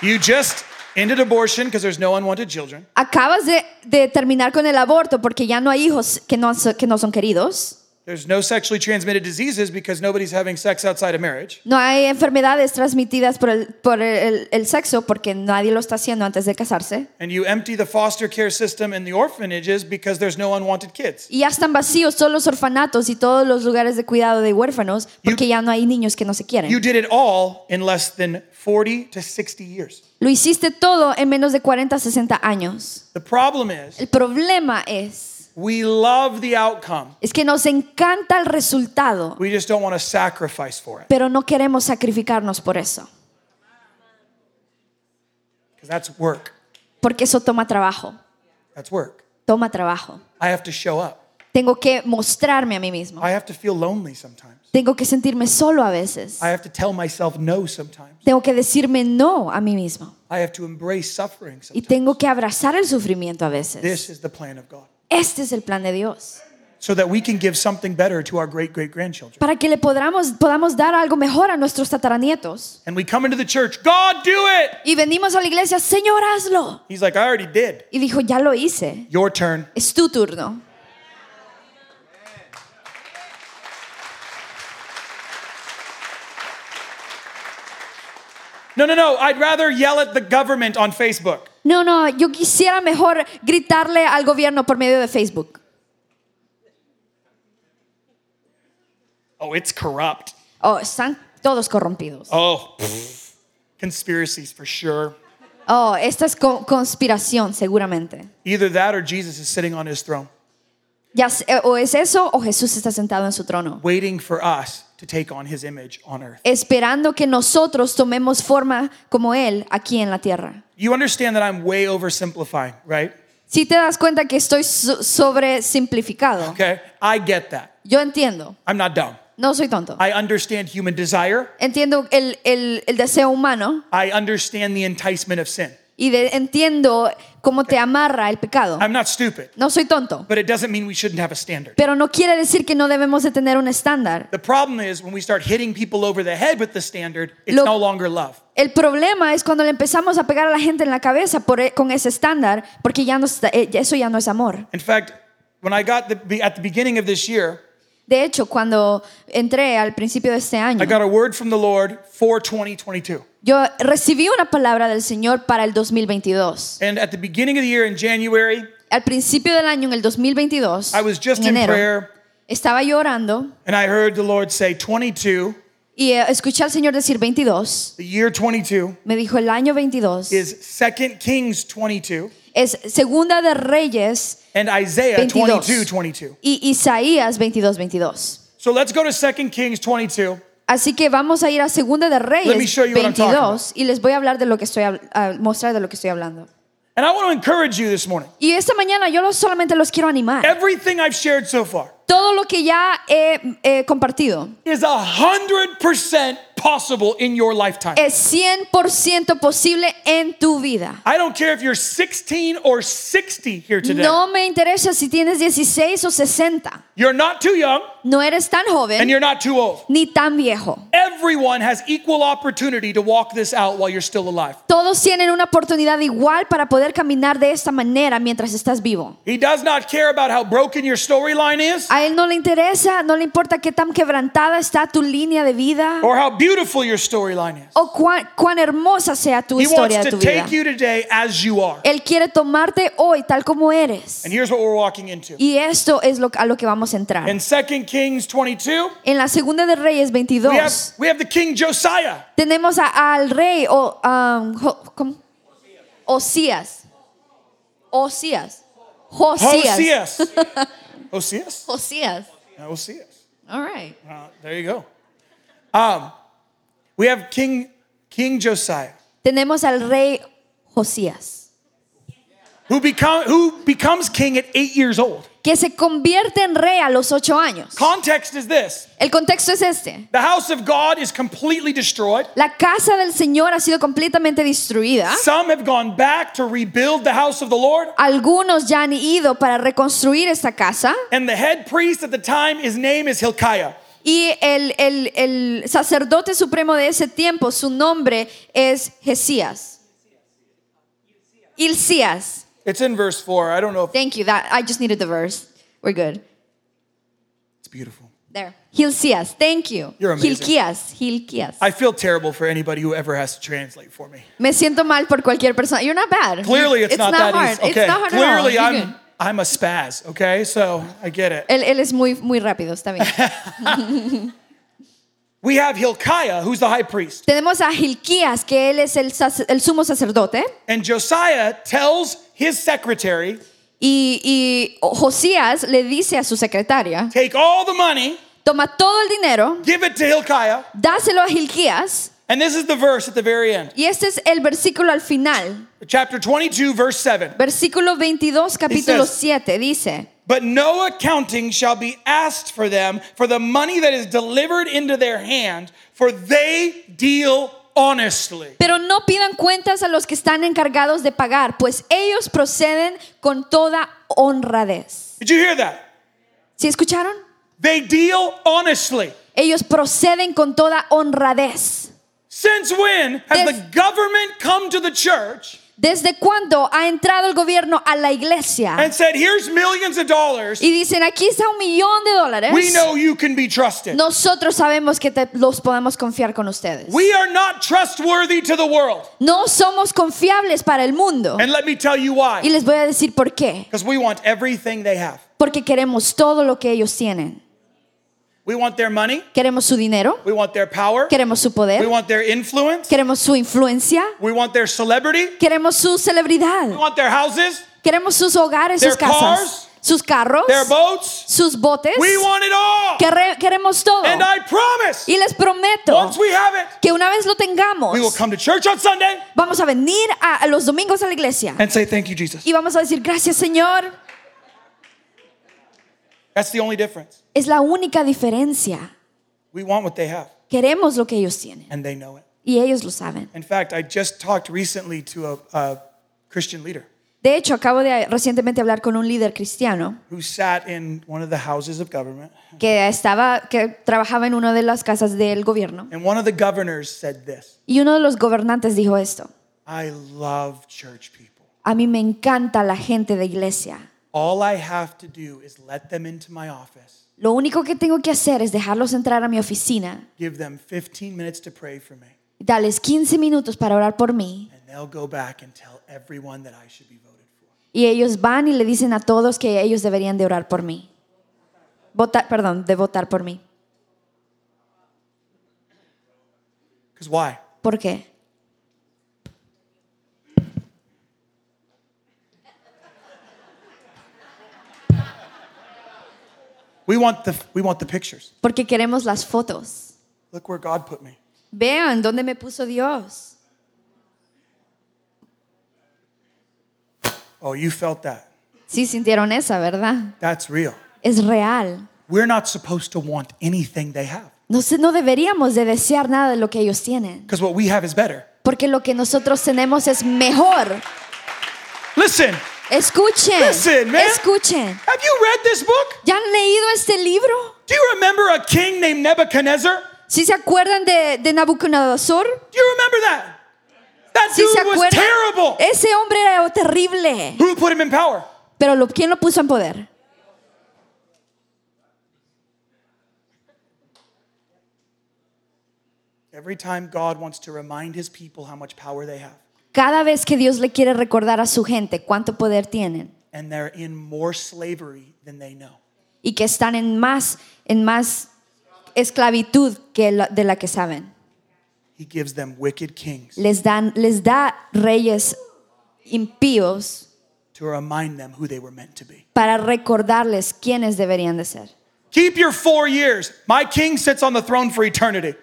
Speaker 4: You just ended abortion because there's no unwanted children.
Speaker 5: Acabas de, de terminar con el aborto porque ya no hay hijos que no, so- que no son queridos.
Speaker 4: There's no sexually transmitted diseases because nobody's having sex outside of marriage.
Speaker 5: No hay enfermedades transmitidas por el, por el- el sexo porque nadie lo está haciendo antes de casarse.
Speaker 4: And you empty the foster care system and the orphanages because there's no unwanted kids.
Speaker 5: Y ya están vacíos todos los orfanatos y todos los lugares de cuidado de huérfanos porque ya no hay niños que no se quieren.
Speaker 4: You did it all in less than 40 to 60 years.
Speaker 5: Lo hiciste todo en menos de 40, 60 años.
Speaker 4: The problem is
Speaker 5: El problema es,
Speaker 4: we love the outcome.
Speaker 5: es que nos encanta el resultado,
Speaker 4: We just don't want to sacrifice for it
Speaker 5: pero no queremos sacrificarnos por eso,
Speaker 4: because that's work.
Speaker 5: porque eso toma trabajo,
Speaker 4: That's work.
Speaker 5: toma trabajo.
Speaker 4: I have to show up.
Speaker 5: Tengo que mostrarme a mí mismo,
Speaker 4: I have to feel lonely sometimes.
Speaker 5: tengo que sentirme solo a veces,
Speaker 4: I have to tell myself no sometimes.
Speaker 5: tengo que decirme no a mí mismo
Speaker 4: I have to embrace suffering
Speaker 5: y
Speaker 4: sometimes.
Speaker 5: tengo que abrazar el sufrimiento a
Speaker 4: This
Speaker 5: veces.
Speaker 4: is the plan of God
Speaker 5: Este es el plan de Dios,
Speaker 4: so that we can give something better to our great great grandchildren.
Speaker 5: para que le podamos, podamos dar algo mejor a nuestros tataranietos.
Speaker 4: And we come into the church, God, do it.
Speaker 5: Y venimos a la iglesia, Señor, hazlo.
Speaker 4: He's like, I already did.
Speaker 5: Y dijo, ya lo hice.
Speaker 4: Your turn.
Speaker 5: Es tu turno.
Speaker 4: No, no, no. I'd rather yell at the government on Facebook.
Speaker 5: No, no, yo quisiera mejor gritarle al gobierno por medio de Facebook.
Speaker 4: Oh, it's corrupt.
Speaker 5: Oh, están todos corrompidos.
Speaker 4: Oh, pff. conspiracies for sure.
Speaker 5: Oh, esta es co- conspiración seguramente.
Speaker 4: Either that or Jesus is sitting on his throne,
Speaker 5: Ya se- o es eso o Jesús está sentado en su trono,
Speaker 4: waiting for us to take on his image on earth.
Speaker 5: esperando que nosotros tomemos forma como Él aquí en la tierra.
Speaker 4: You understand that I'm way oversimplifying, right?
Speaker 5: Si te das cuenta que estoy so- sobresimplificado,
Speaker 4: Okay. I get that.
Speaker 5: yo entiendo,
Speaker 4: I'm not dumb.
Speaker 5: no soy tonto.
Speaker 4: I understand human desire.
Speaker 5: Entiendo el, el- el deseo humano
Speaker 4: I understand the enticement of sin.
Speaker 5: y de- entiendo cómo te amarra el pecado.
Speaker 4: I'm not stupid,
Speaker 5: No soy tonto.
Speaker 4: but it doesn't mean we shouldn't have a standard.
Speaker 5: Pero no quiere decir que no debemos de tener un estándar.
Speaker 4: The problem is when we start hitting people over the head with the standard, it's
Speaker 5: Lo-
Speaker 4: no longer love.
Speaker 5: El problema es cuando le empezamos a pegar a la gente en la cabeza por e- con ese estándar, porque ya no está- eh, ya- eso ya no es amor.
Speaker 4: In fact, when I got the, be- at the beginning of this year,
Speaker 5: De hecho, cuando entré al principio de este
Speaker 4: I
Speaker 5: año,
Speaker 4: got a word from the Lord for 2022.
Speaker 5: yo recibí una palabra del Señor para el 2022.
Speaker 4: And at the beginning of the year in January,
Speaker 5: Al principio del año, en el 2022,
Speaker 4: I was just
Speaker 5: en
Speaker 4: in
Speaker 5: enero,
Speaker 4: prayer
Speaker 5: estaba yo orando
Speaker 4: and I heard the Lord say 22,
Speaker 5: y eh, escuché al Señor decir 22.
Speaker 4: the year 22
Speaker 5: Me dijo el año 22 es,
Speaker 4: is 2 Kings 22
Speaker 5: Segunda de Reyes
Speaker 4: and Isaiah
Speaker 5: 22.
Speaker 4: 22 22.
Speaker 5: y Isaías 22, 22.
Speaker 4: So let's go to 2 Kings 22.
Speaker 5: Así que vamos a ir a Segunda de
Speaker 4: Let me
Speaker 5: Reyes
Speaker 4: show you what I'm talking
Speaker 5: 22 y les voy a hablar de lo que estoy hab- a mostrar de lo que estoy hablando.
Speaker 4: And I want to encourage you this morning.
Speaker 5: Y esta mañana yo los- solamente los quiero animar.
Speaker 4: Everything I've shared so far
Speaker 5: Todo lo que ya he, he compartido
Speaker 4: is 100% possible in your lifetime.
Speaker 5: es 100% posible en tu vida.
Speaker 4: I don't care if you're 16 or 60 here today.
Speaker 5: No me interesa si tienes 16 o 60.
Speaker 4: You're not too young
Speaker 5: No eres tan
Speaker 4: and
Speaker 5: joven
Speaker 4: you're not too old.
Speaker 5: ni tan viejo.
Speaker 4: Everyone has equal opportunity to walk this out while you're still alive.
Speaker 5: Todos tienen una oportunidad igual para poder caminar de esta manera mientras estás vivo.
Speaker 4: He does not care about how broken your storyline is
Speaker 5: A él no le interesa, no le importa qué tan quebrantada está tu línea de vida.
Speaker 4: or how beautiful your storyline is.
Speaker 5: o cuán, cuán hermosa sea tu
Speaker 4: He wants
Speaker 5: historia de
Speaker 4: to
Speaker 5: tu vida.
Speaker 4: take you today as you are.
Speaker 5: Él quiere tomarte hoy tal como eres.
Speaker 4: And here's what we're walking into.
Speaker 5: Y esto es lo, a lo que vamos a entrar.
Speaker 4: In 2 Kings 22,
Speaker 5: En la segunda de Reyes
Speaker 4: we have,
Speaker 5: 22
Speaker 4: we have the king Josiah.
Speaker 5: tenemos a- al rey o um, Jo- ¿cómo? Osías. Osías. Josías.
Speaker 4: Hoseas. Hoseas?
Speaker 5: Josías.
Speaker 4: Hoseas.
Speaker 5: All right.
Speaker 4: Uh, there you go. Um, we have King King Josiah,
Speaker 5: Tenemos al rey Josías,
Speaker 4: who become who becomes king at eight years old.
Speaker 5: que se convierte en rey a los ocho años.
Speaker 4: Context is this:
Speaker 5: El contexto es este.
Speaker 4: the house of God is completely destroyed.
Speaker 5: La casa del Señor ha sido completamente destruida.
Speaker 4: Some have gone back to rebuild the house of the Lord,
Speaker 5: Algunos ya han ido para reconstruir esta casa.
Speaker 4: and the head priest at the time, his name is Hilkiah.
Speaker 5: Y el, el- el sacerdote supremo de ese tiempo, su nombre es Jesías. Hilcías.
Speaker 4: It's in verse four. I don't know if
Speaker 5: Thank you. That, I just needed the verse. We're good.
Speaker 4: it's beautiful.
Speaker 5: There. Hilcías. Thank you.
Speaker 4: You're amazing.
Speaker 5: Hilquías. Hilquías.
Speaker 4: I feel terrible for anybody who ever has to translate for me.
Speaker 5: Me siento mal por cualquier persona. You're not bad.
Speaker 4: Clearly, it's, not, that
Speaker 5: hard.
Speaker 4: easy. Okay.
Speaker 5: It's not hard
Speaker 4: Clearly,
Speaker 5: at all. You're
Speaker 4: I'm
Speaker 5: good.
Speaker 4: I'm a spaz. Okay, so I get it.
Speaker 5: Él, él es muy, muy rápido, está bien.
Speaker 4: We have Hilkiah, who's the high priest.
Speaker 5: Tenemos a Hilquías, que él es el, sac- el sumo sacerdote.
Speaker 4: And Josiah tells his secretary,
Speaker 5: Y, y Josías le dice a su secretaria,
Speaker 4: take all the money,
Speaker 5: toma todo el dinero,
Speaker 4: give it to Hilkiah.
Speaker 5: dáselo a Hilquías.
Speaker 4: And this is the verse at the very end.
Speaker 5: Y este es el versículo al final.
Speaker 4: Chapter 22, verse 7.
Speaker 5: Versículo 22, capítulo
Speaker 4: says-
Speaker 5: 7, dice.
Speaker 4: But no accounting shall be asked for them for the money that is delivered into their hand, for they deal honestly.
Speaker 5: Pero no pidan cuentas a los que están encargados de pagar, pues ellos proceden con toda honradez.
Speaker 4: Did you hear that?
Speaker 5: ¿Sí escucharon?
Speaker 4: They deal honestly.
Speaker 5: Ellos proceden con toda honradez.
Speaker 4: Since when has
Speaker 5: This-
Speaker 4: the government come to the church
Speaker 5: ¿Desde cuándo ha entrado el gobierno a la iglesia?
Speaker 4: and said, here's millions of dollars?
Speaker 5: Y dicen, aquí está un millón de dólares.
Speaker 4: We know you can be trusted.
Speaker 5: Nosotros sabemos que te- los podemos confiar con ustedes.
Speaker 4: We are not trustworthy to the world.
Speaker 5: No somos confiables para el mundo.
Speaker 4: And let me tell you
Speaker 5: Y
Speaker 4: why.
Speaker 5: les voy a decir por qué.
Speaker 4: Because we want everything they have.
Speaker 5: Porque queremos todo lo que ellos tienen.
Speaker 4: We want their money.
Speaker 5: Queremos su dinero,
Speaker 4: We want their power.
Speaker 5: queremos su
Speaker 4: We
Speaker 5: poder,
Speaker 4: want their influence.
Speaker 5: queremos su influencia,
Speaker 4: We want their celebrity.
Speaker 5: queremos su celebridad,
Speaker 4: We want their houses,
Speaker 5: queremos sus hogares, sus
Speaker 4: Their
Speaker 5: casas,
Speaker 4: cars,
Speaker 5: sus carros,
Speaker 4: their boats.
Speaker 5: sus botes.
Speaker 4: We want it all.
Speaker 5: Querre- Queremos todo.
Speaker 4: And I promise,
Speaker 5: Y les prometo
Speaker 4: once we have it,
Speaker 5: que una vez lo
Speaker 4: we will
Speaker 5: tengamos,
Speaker 4: come to church on Sunday
Speaker 5: vamos a venir a a los domingos a la iglesia
Speaker 4: and say, Thank you, Jesus.
Speaker 5: y vamos a decir, gracias Señor.
Speaker 4: That's the only difference.
Speaker 5: Es la única diferencia.
Speaker 4: We want what they have,
Speaker 5: Queremos lo que ellos tienen
Speaker 4: and they know it.
Speaker 5: y ellos lo saben.
Speaker 4: In fact, I just talked recently to a, a Christian leader
Speaker 5: De hecho, acabo de eh, recientemente hablar con un líder cristiano
Speaker 4: who sat in one of the houses of government,
Speaker 5: que estaba que trabajaba en una de las casas del gobierno
Speaker 4: and one of the governors said this
Speaker 5: y uno de los gobernantes dijo esto:
Speaker 4: I love church people.
Speaker 5: "A mí me encanta la gente de iglesia.
Speaker 4: All I have to do is let them into my office,
Speaker 5: Lo único que tengo que hacer es dejarlos entrar a mi oficina,
Speaker 4: give them 15 minutes to pray for me,
Speaker 5: darles 15 minutos para orar por mí
Speaker 4: and they'll go back and tell everyone that I should be voted for.
Speaker 5: y ellos van y le dicen a todos que ellos deberían de orar por mí. Votar, perdón, de votar por mí.
Speaker 4: Because why?
Speaker 5: ¿Por qué?
Speaker 4: We want the we want the pictures.
Speaker 5: Porque queremos las fotos.
Speaker 4: Look where God put me.
Speaker 5: Vean dónde me puso Dios.
Speaker 4: Oh, you felt that.
Speaker 5: Sí sintieron esa, ¿verdad?
Speaker 4: That's real.
Speaker 5: Es real.
Speaker 4: We're not supposed to want anything they have
Speaker 5: No, se- no deberíamos de desear nada de lo que ellos tienen,
Speaker 4: because what we have is better.
Speaker 5: porque lo que nosotros tenemos es mejor.
Speaker 4: Listen,
Speaker 5: Escuchen,
Speaker 4: Listen, man.
Speaker 5: escuchen.
Speaker 4: have you read this book?
Speaker 5: ¿Ya han leído este libro?
Speaker 4: Do you remember a king named Nebuchadnezzar?
Speaker 5: ¿Sí se acuerdan de, de Nabucodonosor?
Speaker 4: Do you remember that? That
Speaker 5: ¿Sí
Speaker 4: dude
Speaker 5: se
Speaker 4: was
Speaker 5: acuerdan?
Speaker 4: terrible.
Speaker 5: Ese hombre era terrible.
Speaker 4: Who put him in power?
Speaker 5: Pero lo- ¿quién lo puso en poder?
Speaker 4: Every time God wants to remind his people how much power they have,
Speaker 5: Cada vez que Dios le quiere recordar a su gente cuánto poder tienen
Speaker 4: and they're in more slavery than they know.
Speaker 5: y que están en más, en más esclavitud que la- de la que saben.
Speaker 4: He gives them wicked kings.
Speaker 5: les dan les da reyes impíos
Speaker 4: to remind them who they were meant to be.
Speaker 5: para recordarles quiénes deberían de ser.
Speaker 4: Keep your four years. My king sits on the throne for eternity.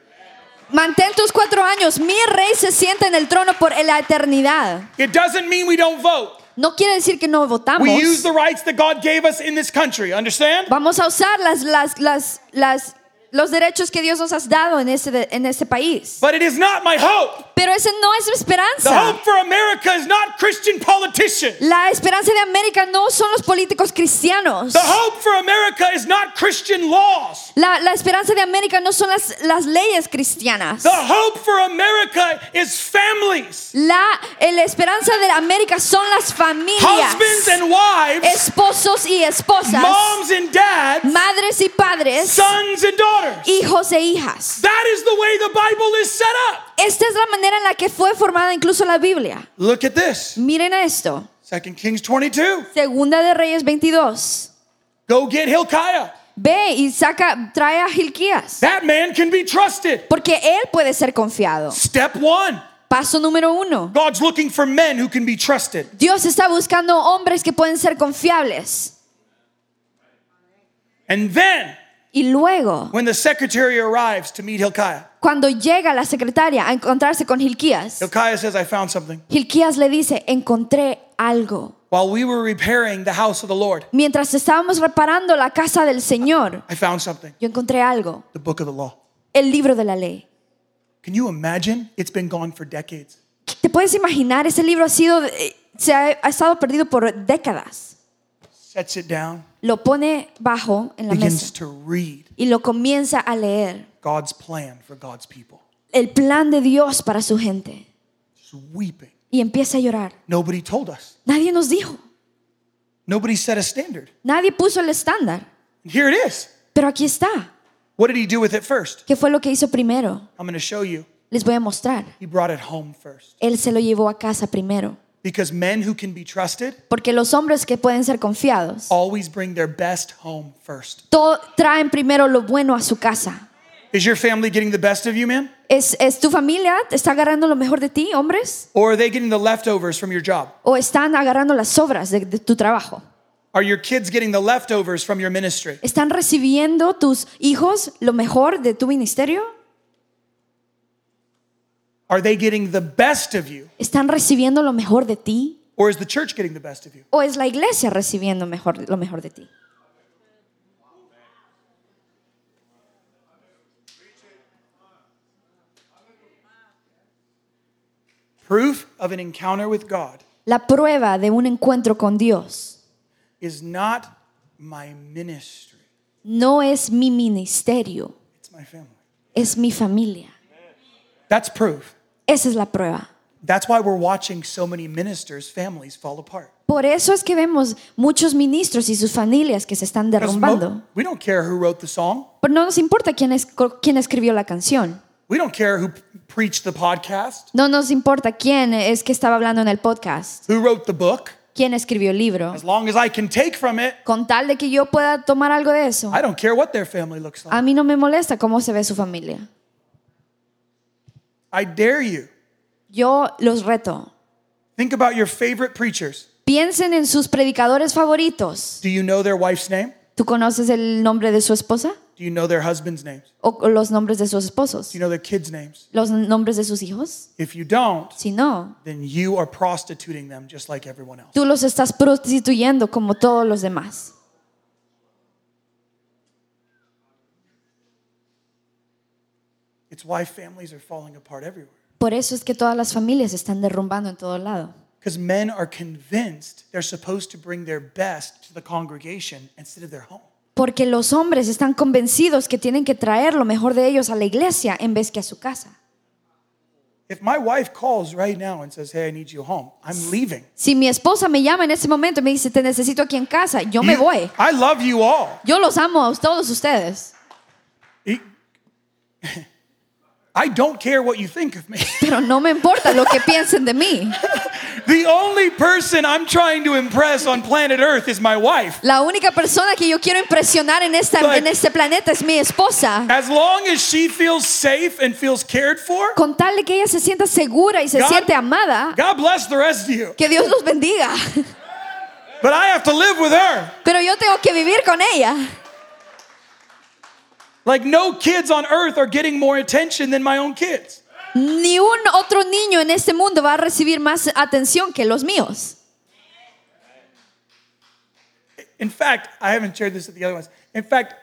Speaker 5: Mantén tus cuatro años. Mi rey se sienta en el trono por la eternidad.
Speaker 4: It doesn't mean we don't vote.
Speaker 5: No quiere decir que no votamos.
Speaker 4: We use the rights that God gave us in this country. Understand?
Speaker 5: Vamos a usar las, las, las, las, los derechos que Dios nos has dado en este, de- en este país.
Speaker 4: But it is not my hope.
Speaker 5: Pero esa no es mi
Speaker 4: The
Speaker 5: esperanza.
Speaker 4: hope for America is not Christian politicians.
Speaker 5: La esperanza de América no son los políticos cristianos.
Speaker 4: The hope for America is not Christian laws.
Speaker 5: La, la esperanza de América no son las, las leyes cristianas.
Speaker 4: The hope for America is families.
Speaker 5: La el esperanza de América son las familias.
Speaker 4: Husbands and wives,
Speaker 5: Esposos y esposas.
Speaker 4: moms and dads,
Speaker 5: Madres y padres.
Speaker 4: sons and daughters.
Speaker 5: Hijos e hijas.
Speaker 4: That is the way the Bible is set up.
Speaker 5: Esta es la manera en la que fue formada incluso la Biblia.
Speaker 4: Look at this.
Speaker 5: Miren a esto.
Speaker 4: Second Kings 22.
Speaker 5: Segunda de Reyes 22.
Speaker 4: Go get Hilkiah.
Speaker 5: Ve y saca, trae a Gilquías.
Speaker 4: That man can be trusted.
Speaker 5: Porque él puede ser confiado.
Speaker 4: Step one
Speaker 5: Paso número uno.
Speaker 4: God's looking for men who can be trusted.
Speaker 5: Dios está buscando hombres que pueden ser confiables.
Speaker 4: And then,
Speaker 5: Y luego,
Speaker 4: when the secretary arrives to meet Hilkiah,
Speaker 5: cuando llega la secretaria a encontrarse con Gilquías,
Speaker 4: Hilkiah says, I found something.
Speaker 5: Gilquías le dice, encontré algo.
Speaker 4: While we were repairing the house of the Lord,
Speaker 5: Mientras estábamos reparando la casa del Señor,
Speaker 4: I found something.
Speaker 5: yo encontré algo,
Speaker 4: The book of the law.
Speaker 5: el libro de la ley.
Speaker 4: Can you imagine? It's been gone for decades.
Speaker 5: ¿Te puedes imaginar? Ese libro ha sido, eh, se ha, ha estado perdido por décadas.
Speaker 4: Sets it down,
Speaker 5: Lo pone bajo en la
Speaker 4: begins
Speaker 5: mesa
Speaker 4: to read
Speaker 5: y lo comienza a leer.
Speaker 4: God's plan for God's people.
Speaker 5: El plan de Dios para su gente.
Speaker 4: Just weeping.
Speaker 5: Y empieza a llorar.
Speaker 4: Nobody told us.
Speaker 5: Nadie nos dijo.
Speaker 4: Nobody set a standard.
Speaker 5: Nadie puso el estándar.
Speaker 4: And here it is.
Speaker 5: Pero aquí está.
Speaker 4: What did he do with it first?
Speaker 5: ¿Qué fue lo que hizo primero?
Speaker 4: I'm going to show you.
Speaker 5: Les voy a mostrar.
Speaker 4: He brought it home first.
Speaker 5: Él se lo llevó a casa primero.
Speaker 4: Because men who can be trusted
Speaker 5: Porque los hombres que pueden ser confiados
Speaker 4: always bring their best home first.
Speaker 5: to- traen primero lo bueno a su casa.
Speaker 4: Is your family getting the best of you, man?
Speaker 5: ¿Es, es tu familia? ¿Te está agarrando lo mejor de ti, hombres?
Speaker 4: Or are they getting the leftovers from your job?
Speaker 5: ¿O están agarrando las sobras de, de tu trabajo?
Speaker 4: Are your kids getting the leftovers from your ministry?
Speaker 5: ¿Están recibiendo tus hijos lo mejor de tu ministerio?
Speaker 4: Are they getting the best of you?
Speaker 5: ¿Están recibiendo lo mejor de ti?
Speaker 4: Or is the church getting the best of you?
Speaker 5: ¿O es la iglesia recibiendo mejor, lo mejor de ti?
Speaker 4: Proof of an encounter with God
Speaker 5: La prueba de un encuentro con Dios
Speaker 4: is not my ministry,
Speaker 5: no es mi ministerio,
Speaker 4: it's my family.
Speaker 5: es mi familia.
Speaker 4: That's proof.
Speaker 5: Esa es la prueba.
Speaker 4: That's why we're watching so many ministers' families fall apart.
Speaker 5: Por eso es que vemos muchos ministros y sus familias que se están
Speaker 4: 'Cause mo-
Speaker 5: derrumbando.
Speaker 4: we don't care who wrote the song.
Speaker 5: Pero no nos importa quién, es- quién escribió la canción.
Speaker 4: We don't care who p- preached the podcast,
Speaker 5: No nos importa quién es que estaba hablando en el podcast,
Speaker 4: who wrote the book.
Speaker 5: quién escribió el libro.
Speaker 4: As long as I can take from it,
Speaker 5: Con tal de que yo pueda tomar algo de eso,
Speaker 4: I don't care what their family looks
Speaker 5: a
Speaker 4: like.
Speaker 5: mí no me molesta cómo se ve su familia.
Speaker 4: I dare you.
Speaker 5: Yo los reto.
Speaker 4: Think about your favorite preachers.
Speaker 5: Piensen en sus predicadores favoritos.
Speaker 4: Do you know their wife's name?
Speaker 5: ¿Tú conoces el nombre de su esposa?
Speaker 4: Do you know their husband's names?
Speaker 5: ¿O o los nombres de sus esposos?
Speaker 4: Do you know their kids' names?
Speaker 5: ¿Los nombres de sus hijos?
Speaker 4: If you don't,
Speaker 5: Si no,
Speaker 4: then you are prostituting them just like everyone else.
Speaker 5: tú los estás prostituyendo como todos los demás.
Speaker 4: It's why families are falling apart everywhere.
Speaker 5: Por eso es que todas las familias se están derrumbando en todo lado.
Speaker 4: Because men are convinced they're supposed to bring their best to the congregation instead of their home.
Speaker 5: Porque los hombres están convencidos que tienen que traer lo mejor de ellos a la iglesia en vez que a su casa.
Speaker 4: If my wife calls right now and says, Hey, I need you home, I'm leaving.
Speaker 5: Si mi esposa me llama en ese momento y me dice, te necesito aquí en casa, yo me
Speaker 4: You-
Speaker 5: voy.
Speaker 4: I love you all.
Speaker 5: Yo los amo a todos ustedes.
Speaker 4: He- I don't care what you think of me.
Speaker 5: Pero no me importa lo que piensen de mí.
Speaker 4: The only person I'm trying to impress on planet Earth is my wife.
Speaker 5: La única persona que yo quiero impresionar en, esta,
Speaker 4: Like-
Speaker 5: en este planeta es mi esposa.
Speaker 4: As long as she feels safe and feels cared for,
Speaker 5: Con tal de que ella se sienta segura y se
Speaker 4: God-
Speaker 5: siente amada,
Speaker 4: God bless the rest of you.
Speaker 5: que Dios los bendiga.
Speaker 4: But I have to live with her.
Speaker 5: Pero yo tengo que vivir con ella.
Speaker 4: Like, no kids on earth are getting more attention than my own kids.
Speaker 5: Ni un otro niño en este mundo va a recibir más atención que los míos.
Speaker 4: In fact, I haven't shared this with the other ones. In fact,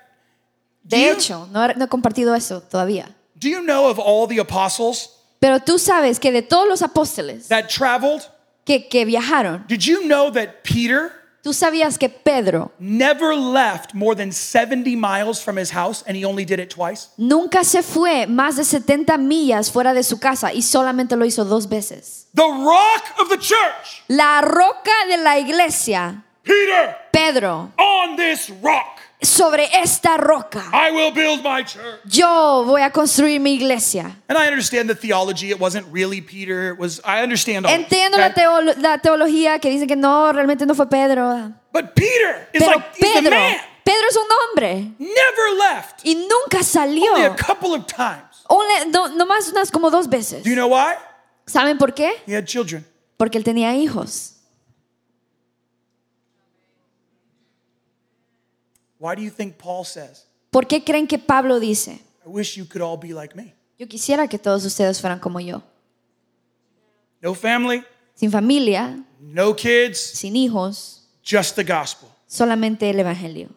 Speaker 4: do
Speaker 5: De
Speaker 4: you-
Speaker 5: hecho, no, he- no he compartido eso todavía.
Speaker 4: do you know of all the apostles
Speaker 5: Pero tú sabes que de todos los apóstoles
Speaker 4: that traveled?
Speaker 5: que, que viajaron,
Speaker 4: Did you know that Peter
Speaker 5: tú sabías que Pedro
Speaker 4: never left more than 70 miles from his house and he only did it twice?
Speaker 5: nunca se fue más de 70 millas fuera de su casa y solamente lo hizo dos veces.
Speaker 4: The rock of the church,
Speaker 5: La roca de la iglesia,
Speaker 4: Peter,
Speaker 5: Pedro,
Speaker 4: on this rock,
Speaker 5: sobre esta roca.
Speaker 4: I will build my church.
Speaker 5: Yo voy a construir mi iglesia.
Speaker 4: And I understand the theology. It wasn't really Peter. It was, I understand all that,
Speaker 5: Entiendo la,
Speaker 4: okay?
Speaker 5: teolo- la teología que dicen que no, realmente no fue Pedro.
Speaker 4: But Peter is
Speaker 5: Pero
Speaker 4: like, he's the
Speaker 5: Pedro,
Speaker 4: man.
Speaker 5: Pedro es un hombre
Speaker 4: Never left.
Speaker 5: y nunca salió.
Speaker 4: Only a couple of times.
Speaker 5: Only- no, nomás unas como dos veces.
Speaker 4: Do you know why?
Speaker 5: ¿Saben por qué?
Speaker 4: He had children.
Speaker 5: Porque él tenía hijos.
Speaker 4: Why do you think Paul says,
Speaker 5: ¿Por qué creen que Pablo dice?
Speaker 4: I wish you could all be like me?
Speaker 5: Yo quisiera que todos ustedes fueran como yo.
Speaker 4: No family,
Speaker 5: Sin familia,
Speaker 4: no kids,
Speaker 5: sin hijos,
Speaker 4: just the gospel.
Speaker 5: solamente el Evangelio.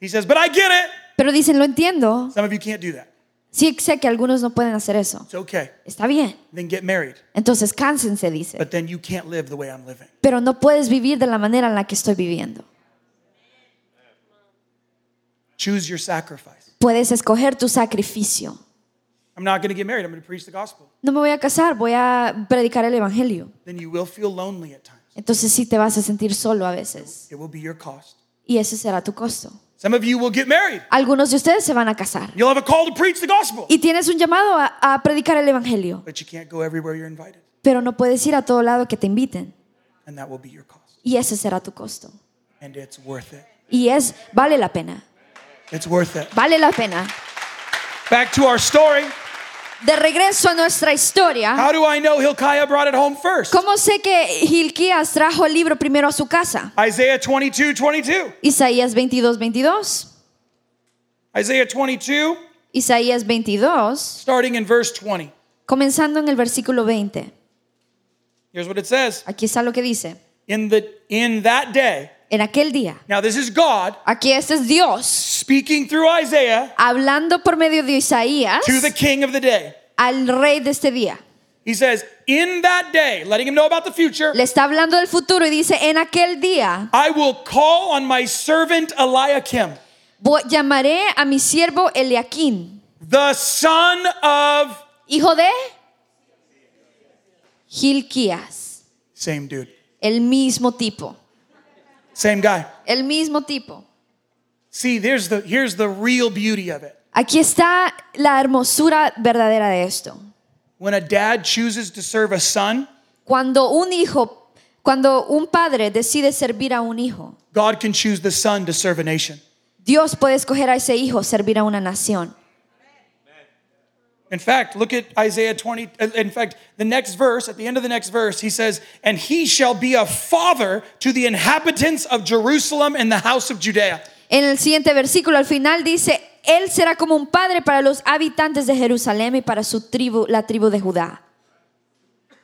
Speaker 4: He says, but I get it.
Speaker 5: Pero dicen, lo entiendo.
Speaker 4: Some of you can't do that.
Speaker 5: Sí sé que algunos no pueden hacer eso.
Speaker 4: It's okay.
Speaker 5: Está bien.
Speaker 4: Then get married.
Speaker 5: Entonces cánsense, dice.
Speaker 4: But then you can't live the way I'm living.
Speaker 5: pero no puedes vivir de la manera en la que estoy viviendo.
Speaker 4: Choose your sacrifice.
Speaker 5: Puedes escoger tu sacrificio.
Speaker 4: I'm not going to get married. I'm going to preach the gospel.
Speaker 5: No me voy a casar, voy a predicar el Evangelio.
Speaker 4: Then you will feel lonely at times.
Speaker 5: Entonces sí te vas a sentir solo a veces.
Speaker 4: It will be your cost.
Speaker 5: Y ese será tu costo.
Speaker 4: Some of you will get married.
Speaker 5: Algunos de ustedes se van a casar.
Speaker 4: You'll have a call to preach the gospel.
Speaker 5: Y tienes un llamado a, a predicar el Evangelio.
Speaker 4: But you can't go everywhere you're invited.
Speaker 5: Pero no puedes ir a todo lado que te inviten.
Speaker 4: And that will be your cost.
Speaker 5: Y ese será tu costo.
Speaker 4: And it's worth it.
Speaker 5: Y es, vale la pena.
Speaker 4: It's worth it.
Speaker 5: Vale la pena.
Speaker 4: Back to our story.
Speaker 5: De regreso a nuestra historia.
Speaker 4: How do I know Hilkiah brought it home first?
Speaker 5: ¿Cómo sé que Hilquías trajo el libro primero a su casa?
Speaker 4: Isaiah 22, 22.
Speaker 5: Isaías 22, 22.
Speaker 4: Isaiah 22,
Speaker 5: Isaías 22,
Speaker 4: starting in verse 20.
Speaker 5: comenzando en el versículo 20.
Speaker 4: Here's what it says.
Speaker 5: Aquí está lo que dice.
Speaker 4: In the in that day.
Speaker 5: En aquel día.
Speaker 4: Now this is God
Speaker 5: Aquí este es Dios
Speaker 4: speaking through Isaiah
Speaker 5: hablando por medio de Isaías
Speaker 4: to the king of the day.
Speaker 5: al rey de este día.
Speaker 4: He says, "In that day, letting him know about the future,
Speaker 5: Le está hablando del futuro y dice, en aquel día
Speaker 4: I will call on my servant Eliakim,
Speaker 5: vo- llamaré a mi siervo Eliaquín,
Speaker 4: the son of
Speaker 5: hijo de Gilquías,
Speaker 4: same dude,
Speaker 5: el mismo tipo,
Speaker 4: same guy.
Speaker 5: el mismo tipo.
Speaker 4: See, there's the here's the real beauty of it.
Speaker 5: Aquí está la hermosura verdadera de esto.
Speaker 4: When a dad chooses to serve a son,
Speaker 5: Cuando un hijo, cuando un padre decide servir a un hijo,
Speaker 4: God can choose the son to serve a nation.
Speaker 5: Dios puede escoger a ese hijo servir a una nación.
Speaker 4: In fact, look at Isaiah 20. uh, In fact, the next verse, at the end of the next verse, he says, And he shall be a father to the inhabitants of Jerusalem and the house of Judea.
Speaker 5: En el siguiente versículo al final dice, él será como un padre para los habitantes de Jerusalén y para su tribu, la tribu de Judá.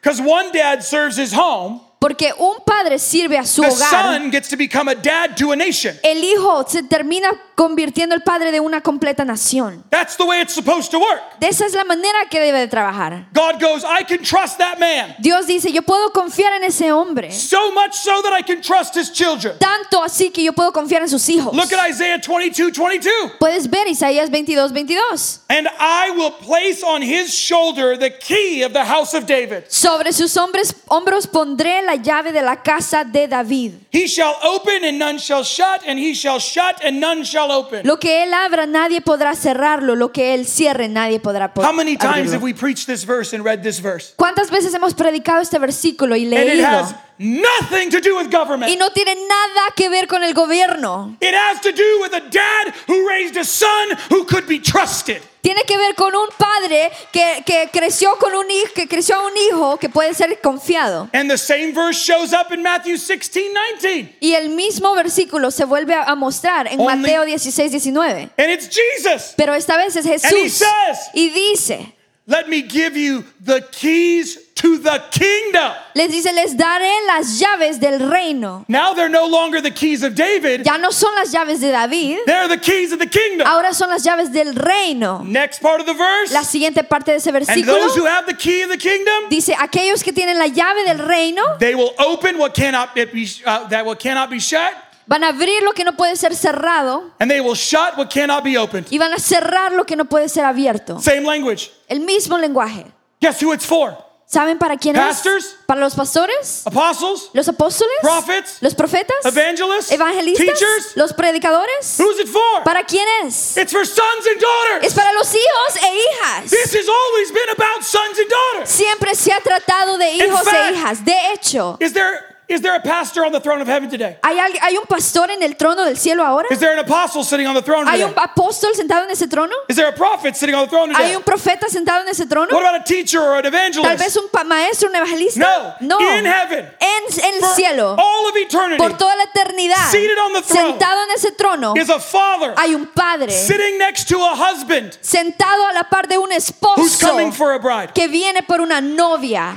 Speaker 4: Because one dad serves his home,
Speaker 5: Porque un padre sirve a su
Speaker 4: the
Speaker 5: hogar.
Speaker 4: son gets to become a dad to a nation.
Speaker 5: El hijo se termina convirtiendo el padre de una completa nación.
Speaker 4: That's the way it's supposed to work.
Speaker 5: De esa es la manera que debe de trabajar.
Speaker 4: God goes, I can trust that man
Speaker 5: Dios dice, yo puedo confiar en ese hombre,
Speaker 4: so much so that I can trust his children.
Speaker 5: tanto así que yo puedo confiar en sus hijos.
Speaker 4: Look at Isaiah 22 22.
Speaker 5: Puedes ver Isaías 22, 22.
Speaker 4: And I will place on his shoulder the key of the house of David.
Speaker 5: Sobre sus hombres, hombros pondré la llave de la casa de David.
Speaker 4: He shall open and none shall shut, and he shall shut and none shall open.
Speaker 5: Lo que él abra nadie podrá cerrarlo, lo que él cierre nadie podrá po-
Speaker 4: How many times
Speaker 5: abrirlo.
Speaker 4: have we preached this verse and read this verse?
Speaker 5: ¿Cuántas veces hemos predicado este versículo y
Speaker 4: And it
Speaker 5: leído?
Speaker 4: has nothing to do with
Speaker 5: Y
Speaker 4: government.
Speaker 5: no tiene nada que ver con el gobierno.
Speaker 4: It has to do with a dad who raised a son who could be trusted.
Speaker 5: Tiene que ver con un padre que, que creció con un hijo, que creció a un hijo que puede ser confiado.
Speaker 4: And the same verse shows up in Matthew 16, 19.
Speaker 5: Y el mismo versículo se vuelve a a mostrar en
Speaker 4: Only-
Speaker 5: Mateo 16, 19.
Speaker 4: And it's Jesus.
Speaker 5: Pero esta vez es
Speaker 4: And he
Speaker 5: Jesús.
Speaker 4: says-
Speaker 5: Y dice,
Speaker 4: Let me give you the keys to the kingdom.
Speaker 5: les dice, les daré las llaves del reino.
Speaker 4: Now they're no longer the keys of David,
Speaker 5: Ya no son las llaves de David,
Speaker 4: they're the keys of the kingdom.
Speaker 5: ahora son las llaves del reino.
Speaker 4: Next part of the
Speaker 5: La
Speaker 4: verse.
Speaker 5: siguiente parte de ese
Speaker 4: And those who
Speaker 5: versículo
Speaker 4: have the key of the kingdom,
Speaker 5: dice, aquellos que tienen la llave del reino
Speaker 4: they will open what cannot be uh, that what cannot be shut,
Speaker 5: van a abrir lo que no puede ser cerrado
Speaker 4: and they will shut what cannot be opened.
Speaker 5: y van a cerrar lo que no puede ser abierto.
Speaker 4: Same language.
Speaker 5: El mismo lenguaje.
Speaker 4: Guess who it's for?
Speaker 5: ¿Saben para quién es?
Speaker 4: Pastors.
Speaker 5: Para los pastores,
Speaker 4: Apostles?
Speaker 5: los apóstoles,
Speaker 4: Prophets.
Speaker 5: los profetas,
Speaker 4: Evangelists?
Speaker 5: evangelistas,
Speaker 4: Teachers?
Speaker 5: los predicadores.
Speaker 4: Who's it for?
Speaker 5: ¿Para quién es?
Speaker 4: It's for sons and
Speaker 5: Es
Speaker 4: daughters.
Speaker 5: para los hijos e hijas.
Speaker 4: This has always been about sons and daughters.
Speaker 5: Siempre se ha tratado de hijos
Speaker 4: fact-
Speaker 5: e hijas. De hecho,
Speaker 4: Is there is there a pastor on the throne of heaven today?
Speaker 5: ¿hay, al- hay un pastor en el trono del cielo ahora?
Speaker 4: Is there an apostle sitting on the throne
Speaker 5: ¿Hay
Speaker 4: today?
Speaker 5: un apóstol sentado en ese trono?
Speaker 4: Is there a prophet sitting on the throne
Speaker 5: ¿Hay
Speaker 4: today?
Speaker 5: un profeta sentado en ese trono?
Speaker 4: What about a teacher or an
Speaker 5: Tal vez
Speaker 4: evangelist?
Speaker 5: un pa- maestro, un evangelista.
Speaker 4: No, in heaven.
Speaker 5: En, en el
Speaker 4: For
Speaker 5: cielo.
Speaker 4: all of eternity
Speaker 5: Por toda la eternidad.
Speaker 4: Seated on the throne.
Speaker 5: Sentado en ese trono.
Speaker 4: is a father
Speaker 5: Hay un padre.
Speaker 4: sitting next to a husband
Speaker 5: Sentado a la par de un
Speaker 4: who's coming
Speaker 5: esposo.
Speaker 4: for a bride.
Speaker 5: Que viene por una novia.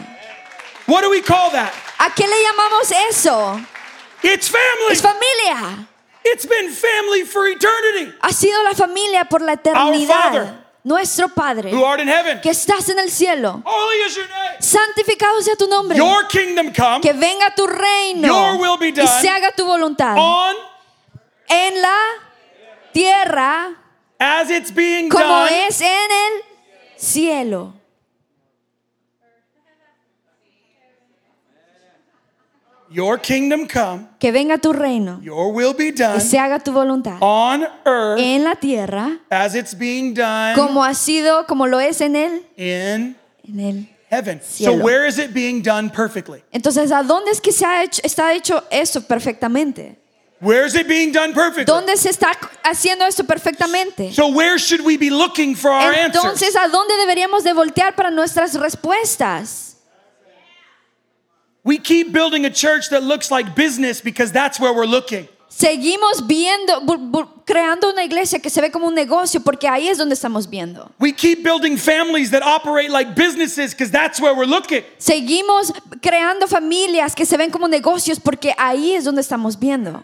Speaker 4: What do we call that?
Speaker 5: ¿A qué le llamamos eso?
Speaker 4: It's
Speaker 5: Es
Speaker 4: family.
Speaker 5: familia.
Speaker 4: It's been family for eternity.
Speaker 5: Ha sido la familia por la
Speaker 4: Father.
Speaker 5: eternidad. Nuestro Padre.
Speaker 4: Who art in heaven?
Speaker 5: Que estás en el cielo.
Speaker 4: Holy is your name.
Speaker 5: Santificado sea tu nombre.
Speaker 4: Your kingdom come
Speaker 5: Que venga tu reino.
Speaker 4: Your will be done.
Speaker 5: Y se haga tu voluntad.
Speaker 4: on
Speaker 5: en la tierra
Speaker 4: as it's being
Speaker 5: como
Speaker 4: done
Speaker 5: es en el cielo.
Speaker 4: Your kingdom come,
Speaker 5: Que venga tu reino
Speaker 4: your will be
Speaker 5: y
Speaker 4: done
Speaker 5: se haga tu voluntad
Speaker 4: on earth
Speaker 5: en la tierra
Speaker 4: as it's being done
Speaker 5: como ha sido, como lo es en el,
Speaker 4: in
Speaker 5: en el.
Speaker 4: heaven. So
Speaker 5: Cielo.
Speaker 4: where is it being done perfectly?
Speaker 5: Entonces, ¿a dónde es que se ha hecho, está hecho eso perfectamente?
Speaker 4: Where is it being done perfectly?
Speaker 5: ¿Dónde se está haciendo esto perfectamente?
Speaker 4: So where should we be looking for our answers?
Speaker 5: Entonces, ¿a dónde deberíamos de voltear para nuestras respuestas?
Speaker 4: We keep building a church that looks like business because that's where we're looking.
Speaker 5: Seguimos viendo, bu- bu- creando una iglesia que se ve como un negocio porque ahí es donde estamos viendo.
Speaker 4: We keep building families that operate like businesses because that's where we're looking.
Speaker 5: Seguimos creando familias que se ven como negocios porque ahí es donde estamos viendo.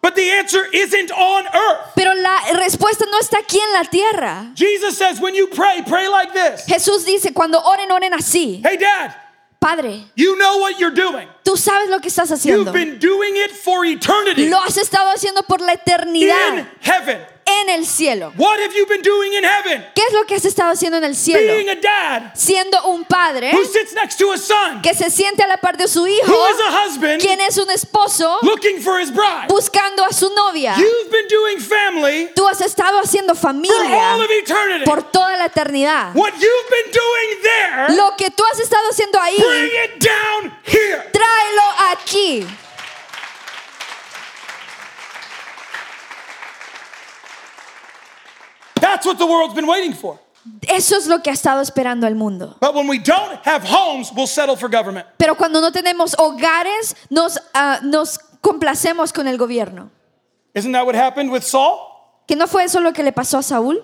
Speaker 4: But the answer isn't on earth.
Speaker 5: Pero la respuesta no está aquí en la tierra.
Speaker 4: Jesus says, when you pray, pray like this.
Speaker 5: Jesús dice, cuando oren, oren así.
Speaker 4: Hey, Dad,
Speaker 5: Padre,
Speaker 4: you know what you're doing.
Speaker 5: tú sabes lo que estás
Speaker 4: You've
Speaker 5: haciendo.
Speaker 4: been doing it for eternity
Speaker 5: Lo has estado haciendo por la
Speaker 4: in
Speaker 5: eternidad
Speaker 4: heaven.
Speaker 5: en el cielo.
Speaker 4: What have you been doing in heaven?
Speaker 5: ¿Qué es lo que has estado haciendo en el
Speaker 4: Being
Speaker 5: cielo?
Speaker 4: a dad
Speaker 5: Siendo un padre
Speaker 4: who sits next to a son
Speaker 5: que se siente a la par de su hijo,
Speaker 4: who is a husband
Speaker 5: quien es un esposo,
Speaker 4: looking for his bride.
Speaker 5: buscando a su novia.
Speaker 4: You've been doing family
Speaker 5: Tú has estado haciendo
Speaker 4: for all
Speaker 5: familia
Speaker 4: of eternity.
Speaker 5: por toda la eternidad.
Speaker 4: What you've been doing there,
Speaker 5: Lo que tú has estado haciendo ahí,
Speaker 4: bring it down here.
Speaker 5: tráelo aquí.
Speaker 4: That's what the world's been waiting for.
Speaker 5: Eso es lo que ha estado esperando el mundo.
Speaker 4: But when we don't have homes, we'll settle for government.
Speaker 5: Pero cuando no tenemos hogares, nos, ah, nos complacemos con el gobierno.
Speaker 4: Isn't that what happened with Saul?
Speaker 5: ¿Que no fue eso lo que le pasó a Saúl?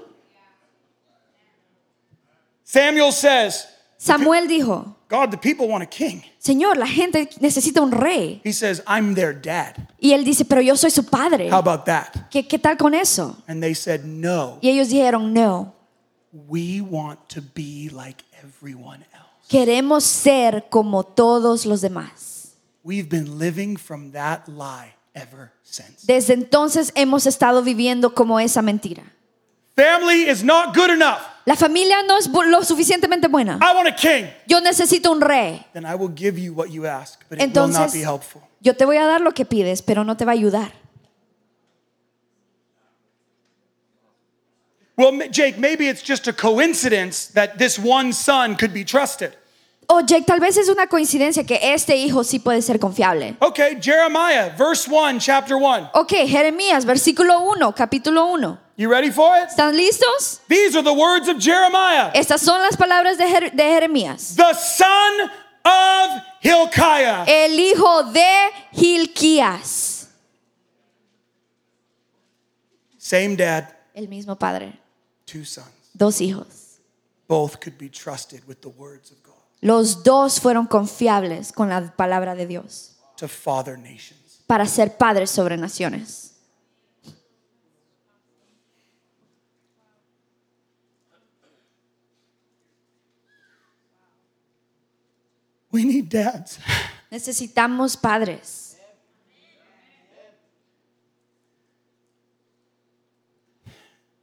Speaker 4: Samuel says,
Speaker 5: Samuel dijo,
Speaker 4: God, the people want a king.
Speaker 5: Señor, la gente necesita un rey.
Speaker 4: He says, I'm their dad.
Speaker 5: Y él dice, pero yo soy su padre.
Speaker 4: How about that?
Speaker 5: ¿Qué, qué tal con eso?
Speaker 4: And they said, No,
Speaker 5: Y ellos dijeron, no,
Speaker 4: we want to be like everyone else.
Speaker 5: queremos ser como todos los demás.
Speaker 4: We've been living from that lie ever since.
Speaker 5: Desde entonces hemos estado viviendo como esa mentira.
Speaker 4: Family is not good enough.
Speaker 5: La familia no es bu- lo suficientemente buena.
Speaker 4: I want a king.
Speaker 5: Yo necesito un rey.
Speaker 4: Then I will give you what you ask, but it will not be
Speaker 5: Entonces,
Speaker 4: helpful.
Speaker 5: yo te voy a dar lo que pides, pero no te va a ayudar.
Speaker 4: Well, m- Jake, maybe it's just a coincidence that this one son could be trusted.
Speaker 5: O Jake, tal vez es una coincidencia que este hijo sí puede ser confiable.
Speaker 4: Okay, Jeremiah, verse 1, chapter 1.
Speaker 5: Ok, Jeremías, versículo 1, capítulo 1.
Speaker 4: You ready for it?
Speaker 5: ¿Están listos?
Speaker 4: These are the words of Jeremiah,
Speaker 5: Estas son las palabras de, Jer- de Jeremías.
Speaker 4: the son of Hilkiah.
Speaker 5: El hijo de Gilquías.
Speaker 4: Same dad,
Speaker 5: El mismo padre.
Speaker 4: two sons.
Speaker 5: Dos hijos.
Speaker 4: Both could be trusted with the words of God
Speaker 5: Los dos fueron confiables con la palabra de Dios
Speaker 4: to father nations.
Speaker 5: para ser padres sobre naciones.
Speaker 4: We need dads.
Speaker 5: Necesitamos padres.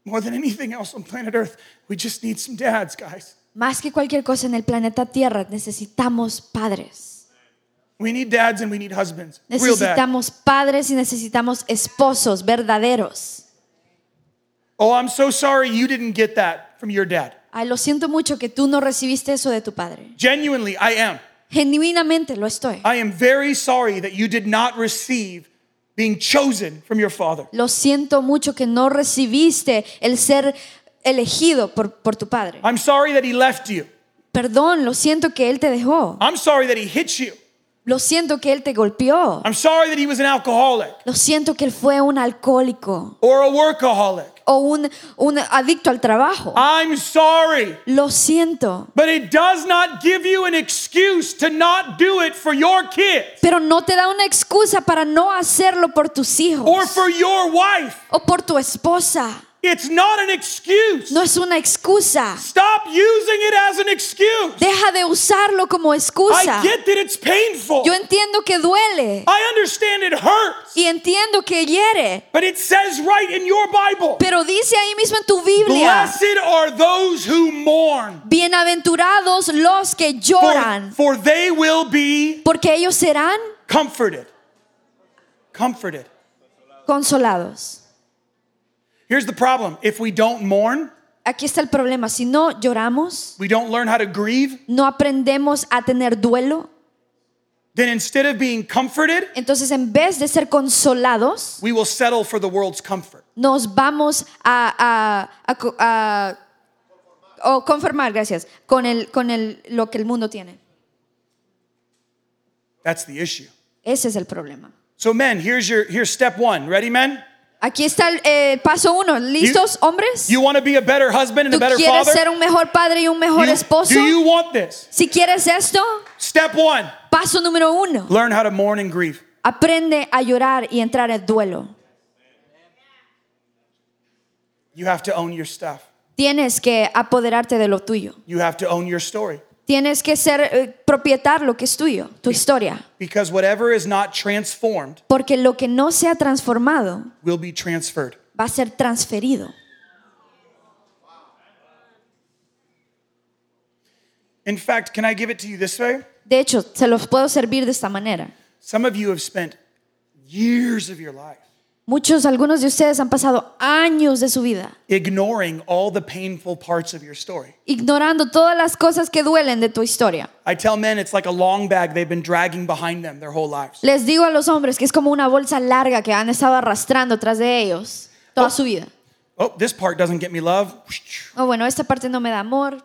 Speaker 4: More than anything else on planet Earth, we just need some dads, guys.
Speaker 5: Más que cualquier cosa en el planeta Tierra, necesitamos padres.
Speaker 4: We need dads and we need husbands. Real dads.
Speaker 5: Necesitamos padres y necesitamos esposos verdaderos.
Speaker 4: Oh, I'm so sorry you didn't get that from your dad.
Speaker 5: Ay, lo siento mucho que tú no recibiste eso de tu padre.
Speaker 4: Genuinely, I am.
Speaker 5: Genuinamente lo estoy.
Speaker 4: I am very sorry that you did not receive being chosen from your father.
Speaker 5: Lo siento mucho que no recibiste el ser elegido por, por tu padre.
Speaker 4: I'm sorry that he left you.
Speaker 5: Perdón, lo siento que él te dejó.
Speaker 4: I'm sorry that he hit you.
Speaker 5: Lo siento que él te golpeó.
Speaker 4: I'm sorry that he was an alcoholic
Speaker 5: Lo siento que él fue un alcohólico
Speaker 4: or a workaholic.
Speaker 5: o un, un adicto al trabajo.
Speaker 4: I'm sorry.
Speaker 5: Lo siento.
Speaker 4: But it does not give you an excuse to not do it for your kid
Speaker 5: Pero no te da una excusa para no hacerlo por tus hijos
Speaker 4: or for your wife.
Speaker 5: o por tu esposa.
Speaker 4: It's not an excuse.
Speaker 5: No es una excusa.
Speaker 4: Stop using it as an excuse.
Speaker 5: Deja de usarlo como excusa.
Speaker 4: I get that it's painful.
Speaker 5: Yo entiendo que duele
Speaker 4: I understand it hurts.
Speaker 5: y entiendo que hiere,
Speaker 4: But it says right in your Bible
Speaker 5: pero dice ahí mismo en tu Biblia,
Speaker 4: Blessed are those who mourn,
Speaker 5: bienaventurados los que
Speaker 4: for,
Speaker 5: lloran,
Speaker 4: for they will be
Speaker 5: porque ellos serán
Speaker 4: comforted. Comforted.
Speaker 5: consolados.
Speaker 4: Here's the problem if we don't mourn,
Speaker 5: Aquí está el problema, si no lloramos,
Speaker 4: we don't learn how to grieve,
Speaker 5: no aprendemos a tener duelo,
Speaker 4: then instead of being comforted,
Speaker 5: entonces en vez de ser consolados,
Speaker 4: we will settle for the world's comfort.
Speaker 5: nos vamos a, a- a co- a- o conformar, gracias, con, el, con el, lo que el mundo tiene.
Speaker 4: That's the issue.
Speaker 5: Ese es el problema.
Speaker 4: So, men, here's your here's step one. Ready, men?
Speaker 5: Aquí está el eh, paso uno. ¿Listos, hombres?
Speaker 4: You want to be a better husband and a
Speaker 5: ¿Tú
Speaker 4: better
Speaker 5: quieres
Speaker 4: father?
Speaker 5: ser un mejor padre y un mejor
Speaker 4: You-
Speaker 5: esposo?
Speaker 4: do you want this?
Speaker 5: si quieres esto,
Speaker 4: Step one:
Speaker 5: paso número uno.
Speaker 4: learn how to mourn and grieve.
Speaker 5: Aprende a llorar y entrar en duelo.
Speaker 4: You have to own your stuff.
Speaker 5: Tienes que apoderarte de lo tuyo.
Speaker 4: You have to own your story.
Speaker 5: Tienes que ser eh, propietario lo que es tuyo, tu historia.
Speaker 4: Because whatever is not transformed
Speaker 5: Porque lo que no sea transformado
Speaker 4: will be transferred.
Speaker 5: va a ser transferido.
Speaker 4: In fact, can I give it to you this way?
Speaker 5: De hecho, se los puedo servir de esta manera.
Speaker 4: Some of you have spent years of your life
Speaker 5: Muchos, algunos de ustedes han pasado años de su vida
Speaker 4: ignoring all the painful parts of your story.
Speaker 5: ignorando todas las cosas que duelen de tu historia.
Speaker 4: I tell men it's like a long bag they've been dragging behind them their whole lives.
Speaker 5: Les digo a los hombres que es como una bolsa larga que han estado arrastrando tras de ellos toda su vida.
Speaker 4: Oh, this part doesn't get me love.
Speaker 5: Oh, bueno, esta parte no me da amor,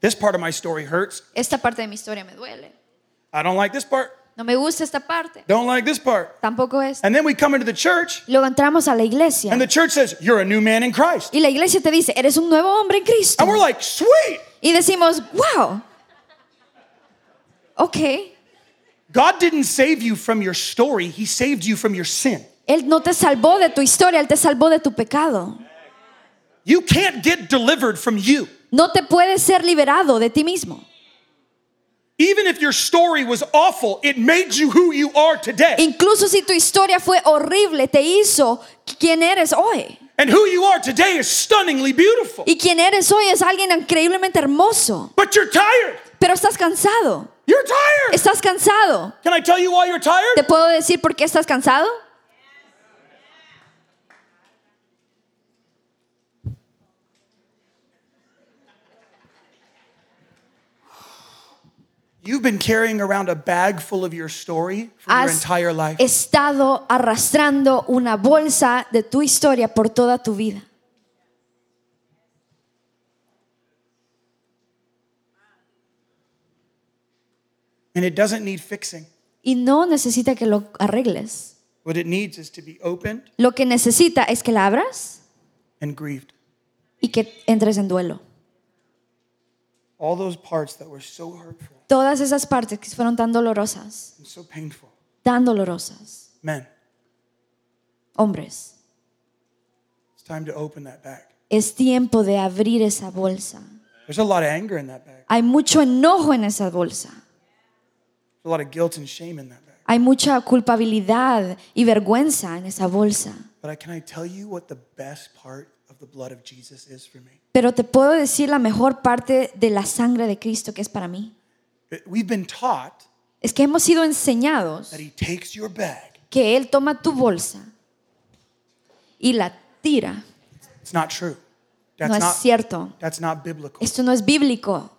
Speaker 4: This part of my story hurts.
Speaker 5: esta parte de mi historia me duele,
Speaker 4: I don't like this part.
Speaker 5: no me gusta esta parte,
Speaker 4: Don't like this part.
Speaker 5: tampoco esta.
Speaker 4: And then we come into the church,
Speaker 5: Luego entramos a la iglesia
Speaker 4: and the church says, You're a new man in Christ.
Speaker 5: y la iglesia te dice, eres un nuevo hombre en Cristo.
Speaker 4: And we're like, Sweet.
Speaker 5: Y decimos, wow, ok,
Speaker 4: God didn't save you from your story, He saved you from your sin.
Speaker 5: Él no te salvó de tu historia, Él te salvó de tu pecado.
Speaker 4: You can't get delivered from you.
Speaker 5: No te puedes ser liberado de ti mismo.
Speaker 4: Even if your story was awful, it made you who you are today.
Speaker 5: Incluso si tu historia fue horrible, te hizo quien eres hoy.
Speaker 4: And who you are today is stunningly beautiful.
Speaker 5: Y quien eres hoy es alguien increíblemente hermoso,
Speaker 4: But you're tired.
Speaker 5: pero estás cansado.
Speaker 4: You're tired.
Speaker 5: Estás cansado.
Speaker 4: Can I tell you why you're
Speaker 5: ¿Te
Speaker 4: tired?
Speaker 5: puedo decir por qué estás cansado?
Speaker 4: You've been carrying around a bag full of your story for your
Speaker 5: Has
Speaker 4: entire life.
Speaker 5: estado arrastrando una bolsa de tu historia por toda tu vida.
Speaker 4: And it doesn't need fixing.
Speaker 5: Y no necesita que lo arregles.
Speaker 4: What it needs is to be opened
Speaker 5: Lo que necesita es que la abras
Speaker 4: and grieved.
Speaker 5: y que entres en duelo.
Speaker 4: All those parts that were so hurtful
Speaker 5: Todas esas partes que fueron tan dolorosas,
Speaker 4: and so painful.
Speaker 5: tan dolorosas.
Speaker 4: Men,
Speaker 5: Hombres,
Speaker 4: it's time to open that bag.
Speaker 5: es tiempo de abrir esa bolsa.
Speaker 4: There's a lot of anger in that bag.
Speaker 5: Hay mucho enojo en esa bolsa.
Speaker 4: There's a lot of guilt and shame in that bag.
Speaker 5: Hay mucha culpabilidad y vergüenza en esa bolsa.
Speaker 4: But I, can I tell you what the best part of the blood of Jesus is for me?
Speaker 5: Pero te puedo decir la mejor parte de la sangre de Cristo que es para mí.
Speaker 4: That We've been taught
Speaker 5: Es que hemos sido enseñados
Speaker 4: that He takes your bag.
Speaker 5: que Él toma tu bolsa y la tira.
Speaker 4: It's not true. That's
Speaker 5: No es
Speaker 4: not.
Speaker 5: cierto.
Speaker 4: That's not biblical.
Speaker 5: Esto no es bíblico.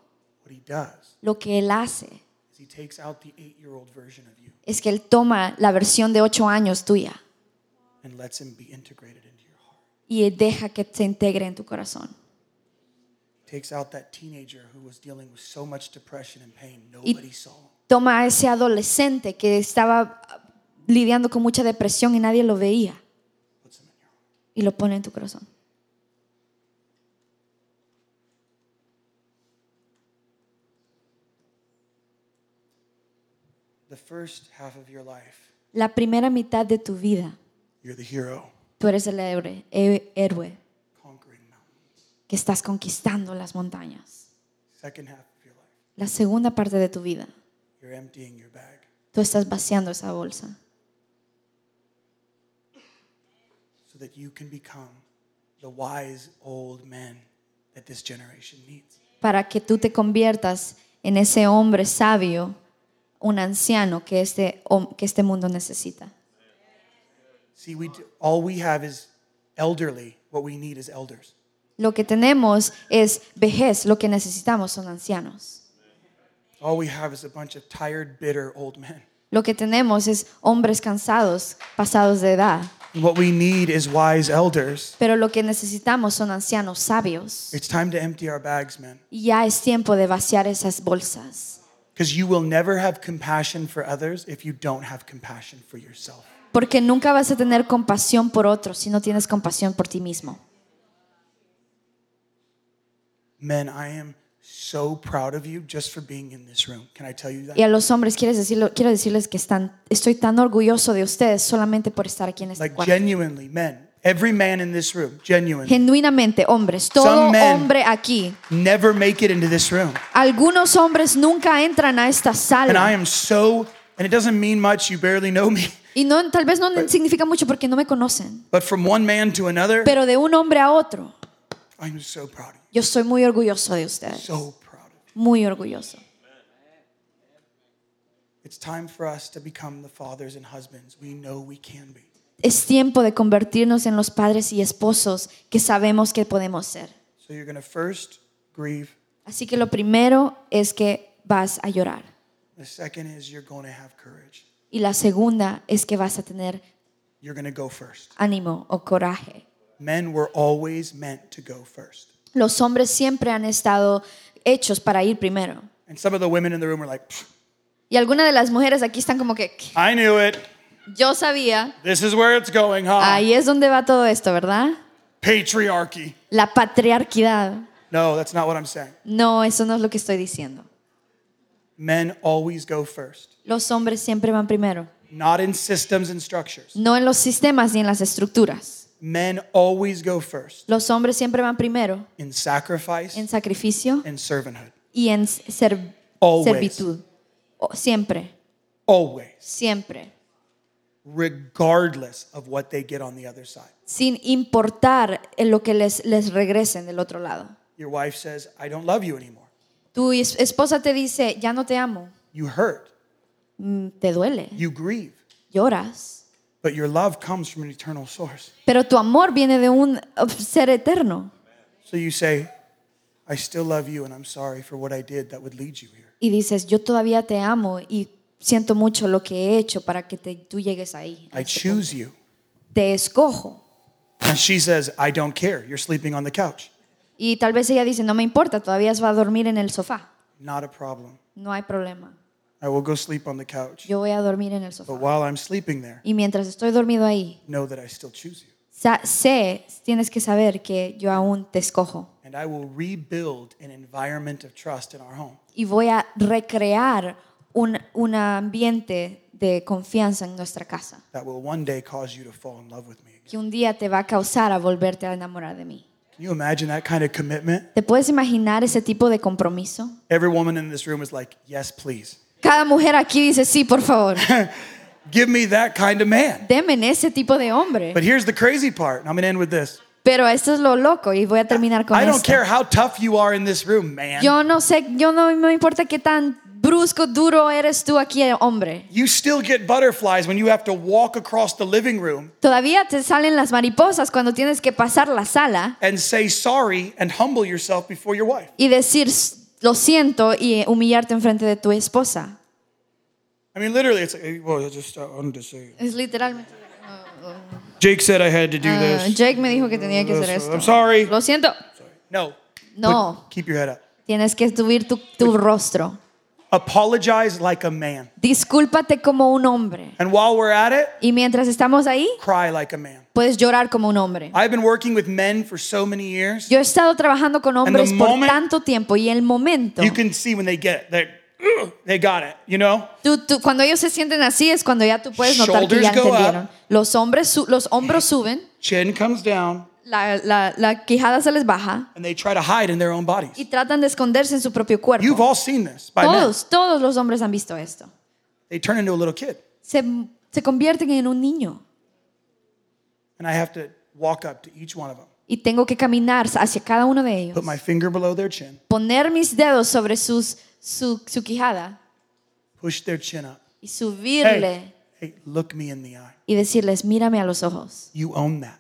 Speaker 4: What He does
Speaker 5: Lo que Él hace
Speaker 4: is He takes out the eight-year-old version of you
Speaker 5: es que Él toma la versión de ocho años tuya
Speaker 4: and lets Him be integrated into your heart.
Speaker 5: y Él deja que se integre en tu corazón.
Speaker 4: He takes out that teenager who was dealing with so much depression and pain nobody saw.
Speaker 5: Toma a ese adolescente que estaba lidiando con mucha depresión y nadie lo veía
Speaker 4: Puts him in your heart.
Speaker 5: y lo pone en tu corazón.
Speaker 4: The first half of your life,
Speaker 5: La primera mitad de tu vida,
Speaker 4: you're the hero
Speaker 5: tú eres el héroe, he- héroe
Speaker 4: conquering mountains.
Speaker 5: que estás conquistando las montañas.
Speaker 4: Second half of your life,
Speaker 5: La segunda parte de tu vida,
Speaker 4: you're emptying your bag.
Speaker 5: tú estás vaciando esa bolsa
Speaker 4: so that you can become the wise old men that this generation needs.
Speaker 5: para que tú te conviertas en ese hombre sabio, un anciano que este, hom- que este mundo necesita.
Speaker 4: See, we do, all we have is elderly. What we need is elders.
Speaker 5: Lo que tenemos es vejez, lo que necesitamos son ancianos.
Speaker 4: All we have is a bunch of tired, bitter old men.
Speaker 5: Lo que tenemos es hombres cansados, pasados de edad,
Speaker 4: And what we need is wise elders.
Speaker 5: pero lo que necesitamos son ancianos sabios.
Speaker 4: It's time to empty our bags, men,
Speaker 5: Y ya es tiempo de vaciar esas bolsas,
Speaker 4: because you will never have compassion for others if you don't have compassion for yourself.
Speaker 5: porque nunca vas a tener compasión por otros si no tienes compasión por ti mismo.
Speaker 4: Men, I am so proud of you just for being in this room. Can I tell you that?
Speaker 5: Y a los hombres quieres decirlo, quiero decirles que están, estoy tan orgulloso de ustedes solamente por estar aquí en este
Speaker 4: Like,
Speaker 5: cuarto.
Speaker 4: genuinely, men, every man in this room, genuinely.
Speaker 5: Genuinamente, hombres, todo
Speaker 4: Some men-
Speaker 5: hombre aquí.
Speaker 4: never make it into this room.
Speaker 5: Algunos hombres nunca entran a esta
Speaker 4: And I
Speaker 5: sala.
Speaker 4: am so, and it doesn't mean much, you barely know me,
Speaker 5: Y no, tal vez no significa mucho porque no me conocen.
Speaker 4: but from one man to another,
Speaker 5: Pero de un hombre a otro,
Speaker 4: I'm so proud of
Speaker 5: yo estoy muy orgulloso de
Speaker 4: you.
Speaker 5: ustedes.
Speaker 4: So proud of you.
Speaker 5: Muy orgulloso.
Speaker 4: It's time for us to become the fathers and husbands we know we can be.
Speaker 5: Es tiempo de convertirnos en los padres y esposos que sabemos que podemos ser.
Speaker 4: So you're going to first grieve.
Speaker 5: Así que lo primero es que vas a llorar.
Speaker 4: The second is you're going to have courage.
Speaker 5: Y la segunda es que vas a tener
Speaker 4: You're going to go first.
Speaker 5: ánimo o coraje.
Speaker 4: Men were always meant to go first.
Speaker 5: Los hombres siempre han estado hechos para ir primero.
Speaker 4: And some of the women in the room were like, "Pfft,
Speaker 5: Y algunas de las mujeres aquí están como que "Qué,
Speaker 4: I knew it.
Speaker 5: yo sabía,
Speaker 4: This is where it's going, huh?
Speaker 5: ahí es donde va todo esto, ¿verdad?
Speaker 4: Patriarchy.
Speaker 5: La patriarquidad.
Speaker 4: No, that's not what I'm saying.
Speaker 5: No, eso no es lo que estoy diciendo.
Speaker 4: Men always go first,
Speaker 5: Los hombres siempre van primero,
Speaker 4: not in systems and structures.
Speaker 5: no en los sistemas ni en las estructuras.
Speaker 4: Men always go first
Speaker 5: Los hombres siempre van primero
Speaker 4: in sacrifice
Speaker 5: en sacrificio
Speaker 4: and servanthood.
Speaker 5: y en ser-
Speaker 4: Always.
Speaker 5: servitud. O- Siempre,
Speaker 4: Always.
Speaker 5: siempre.
Speaker 4: regardless of what they get on the other side.
Speaker 5: sin importar en lo que les, les regresen del otro lado.
Speaker 4: Your wife says, I don't love you anymore.
Speaker 5: Tu es- esposa te dice, ya no te amo,
Speaker 4: You hurt,
Speaker 5: Mm, te duele,
Speaker 4: you grieve,
Speaker 5: lloras,
Speaker 4: but your love comes from an eternal source.
Speaker 5: pero tu amor viene de un uh, ser eterno.
Speaker 4: So you say, I still love you and I'm sorry for what I did that would lead you here.
Speaker 5: Y dices, yo todavía te amo y siento mucho lo que he hecho para que te- tú llegues ahí.
Speaker 4: I choose you.
Speaker 5: Te escojo.
Speaker 4: And she says, I don't care. You're sleeping on the couch.
Speaker 5: Y tal vez ella dice, no me importa, todavía vas a dormir en el sofá.
Speaker 4: Not a problem.
Speaker 5: No hay problema.
Speaker 4: I will go sleep on the couch.
Speaker 5: Yo voy a dormir en el
Speaker 4: But
Speaker 5: sofá.
Speaker 4: while I'm sleeping there,
Speaker 5: Y mientras estoy dormido ahí,
Speaker 4: know that I still choose you.
Speaker 5: sa- sé, tienes que saber que yo aún te escojo.
Speaker 4: And I will rebuild an environment of trust in our home.
Speaker 5: Y voy a recrear un, un ambiente de confianza en nuestra casa,
Speaker 4: that will one day cause you to fall in love with me again.
Speaker 5: que un día te va a causar a volverte a enamorar de mí.
Speaker 4: Can you imagine that kind of commitment?
Speaker 5: ¿Te puedes imaginar ese tipo de compromiso?
Speaker 4: Every woman in this room is like, yes, please.
Speaker 5: Cada mujer aquí dice, sí, por favor,
Speaker 4: Give me that kind of man.
Speaker 5: denme ese tipo de hombre.
Speaker 4: But here's the crazy part, and I'm gonna end with this.
Speaker 5: Pero esto es lo loco y voy a terminar con
Speaker 4: I don't
Speaker 5: esto.
Speaker 4: care how tough you are in this room, man.
Speaker 5: Yo no sé, yo no me importa qué tan brusco, duro eres tú aquí, hombre.
Speaker 4: You still get butterflies when you have to walk across the living room
Speaker 5: Todavía te salen las mariposas cuando tienes que pasar la sala
Speaker 4: and say sorry and humble yourself before your wife.
Speaker 5: y decir "S- lo siento y humillarte en frente de tu esposa.
Speaker 4: I mean, literally, it's like, "Hey, well, I just uh, wanted to say.
Speaker 5: Es literalmente.
Speaker 4: Jake said I had to do
Speaker 5: Ah,
Speaker 4: this.
Speaker 5: Jake me dijo que tenía que hacer
Speaker 4: this,
Speaker 5: esto.
Speaker 4: I'm sorry.
Speaker 5: Lo siento.
Speaker 4: No.
Speaker 5: No.
Speaker 4: Put- keep your head up.
Speaker 5: Tienes que subir tu, tu rostro.
Speaker 4: Apologize like a man.
Speaker 5: Discúlpate como un hombre.
Speaker 4: And while we're at it,
Speaker 5: Y mientras estamos ahí,
Speaker 4: cry like a man.
Speaker 5: puedes llorar como un hombre.
Speaker 4: I've been working with men for so many years.
Speaker 5: Yo he estado trabajando con hombres por
Speaker 4: moment-
Speaker 5: tanto tiempo y el momento.
Speaker 4: You can see when they get it. They're, "Ugh," they got it, you know?
Speaker 5: Tú- tú- cuando ellos se sienten así es cuando ya tú puedes notar que ya
Speaker 4: Shoulders go
Speaker 5: entendieron.
Speaker 4: up.
Speaker 5: Los, hombres su- los hombros suben,
Speaker 4: Chin comes down
Speaker 5: la, la- la quijada se les baja
Speaker 4: and they try to hide in their own bodies.
Speaker 5: y tratan de esconderse en su propio cuerpo.
Speaker 4: You've all seen this by men.
Speaker 5: todos, todos los hombres han visto esto.
Speaker 4: They turn into a little kid.
Speaker 5: Se, se convierten en un niño
Speaker 4: And I have to walk up to each one of them,
Speaker 5: y tengo que caminar hacia cada uno de ellos,
Speaker 4: put my finger below their chin,
Speaker 5: poner mis dedos sobre sus, su, su quijada
Speaker 4: push their chin up.
Speaker 5: y subirle
Speaker 4: Hey, hey, look me in the eye.
Speaker 5: y decirles, mírame a los ojos.
Speaker 4: You own that.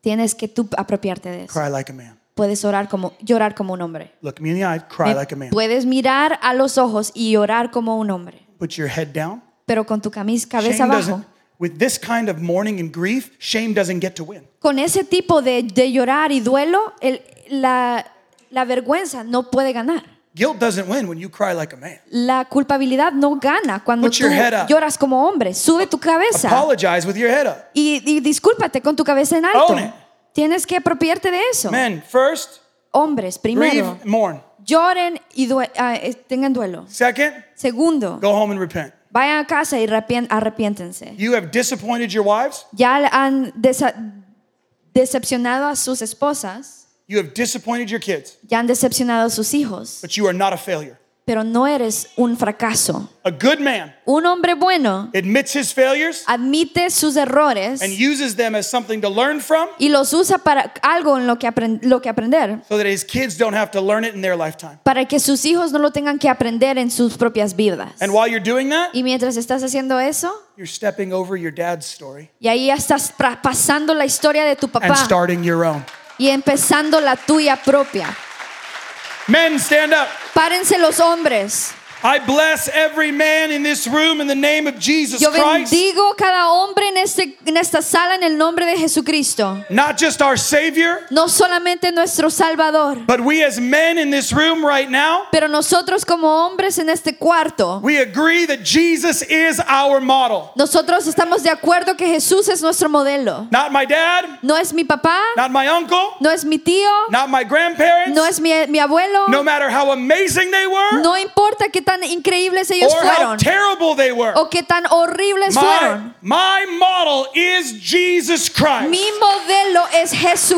Speaker 5: Tienes que tú apropiarte de eso.
Speaker 4: Cry like a man.
Speaker 5: Puedes orar como, llorar como un hombre.
Speaker 4: Look me in the eye, cry
Speaker 5: Me-
Speaker 4: like a man.
Speaker 5: Puedes mirar a los ojos y orar como un hombre,
Speaker 4: Put your head down.
Speaker 5: pero con tu camis cabeza
Speaker 4: Shame
Speaker 5: abajo.
Speaker 4: doesn't, with this kind of mourning and grief, shame doesn't get to win.
Speaker 5: Con ese tipo de, de llorar y duelo, el- la, la vergüenza no puede ganar.
Speaker 4: Guilt doesn't win when you cry like a man.
Speaker 5: La culpabilidad no gana cuando
Speaker 4: Put
Speaker 5: tú
Speaker 4: your head up.
Speaker 5: lloras como hombre. Sube tu cabeza
Speaker 4: Apologize with your head up.
Speaker 5: y, y discúlpate con tu cabeza en alto.
Speaker 4: Own it.
Speaker 5: Tienes que apropiarte de eso.
Speaker 4: Men, first,
Speaker 5: Hombres, primero,
Speaker 4: grieve, mourn.
Speaker 5: lloren y due- ah, eh, tengan duelo.
Speaker 4: Second,
Speaker 5: Segundo,
Speaker 4: go home and repent.
Speaker 5: vayan a casa y arrepien- arrepiéntense.
Speaker 4: You have disappointed your wives.
Speaker 5: ya le han desa- decepcionado a sus esposas,
Speaker 4: You have disappointed your kids.
Speaker 5: ya han decepcionado a sus hijos,
Speaker 4: But you are not a failure.
Speaker 5: pero no eres un fracaso.
Speaker 4: A good man
Speaker 5: Un hombre bueno
Speaker 4: admits his failures
Speaker 5: admite sus errores
Speaker 4: and uses them as something to learn from
Speaker 5: y los usa para algo en lo que, apren- lo que aprender,
Speaker 4: so that his kids don't have to learn it in their lifetime.
Speaker 5: para que sus hijos no lo tengan que aprender en sus propias vidas.
Speaker 4: And while you're doing that,
Speaker 5: Y mientras estás haciendo eso,
Speaker 4: you're stepping over your dad's story
Speaker 5: y ahí ya estás pra- pasando la historia de tu
Speaker 4: and
Speaker 5: papá
Speaker 4: starting your own.
Speaker 5: y empezando la tuya propia.
Speaker 4: Men, stand up.
Speaker 5: Párense los hombres.
Speaker 4: I bless every man in this room in the name of Jesus
Speaker 5: Yo
Speaker 4: Christ,
Speaker 5: bendigo cada hombre en, este- en esta sala en el nombre de Jesucristo.
Speaker 4: not just our Savior,
Speaker 5: No solamente nuestro Salvador,
Speaker 4: but we as men in this room right now.
Speaker 5: pero nosotros como hombres en este cuarto,
Speaker 4: We agree that Jesus is our model.
Speaker 5: nosotros estamos de acuerdo que Jesús es nuestro modelo.
Speaker 4: Not my dad,
Speaker 5: No es mi papá,
Speaker 4: not my uncle,
Speaker 5: no es mi tío,
Speaker 4: not my grandparents.
Speaker 5: no es mi, mi abuelo.
Speaker 4: No matter how amazing they were,
Speaker 5: No importa qué tan tan increíbles ellos
Speaker 4: or how
Speaker 5: fueron
Speaker 4: terrible they were.
Speaker 5: o qué tan horribles
Speaker 4: My,
Speaker 5: fueron.
Speaker 4: my model is Jesus Christ.
Speaker 5: Mi modelo es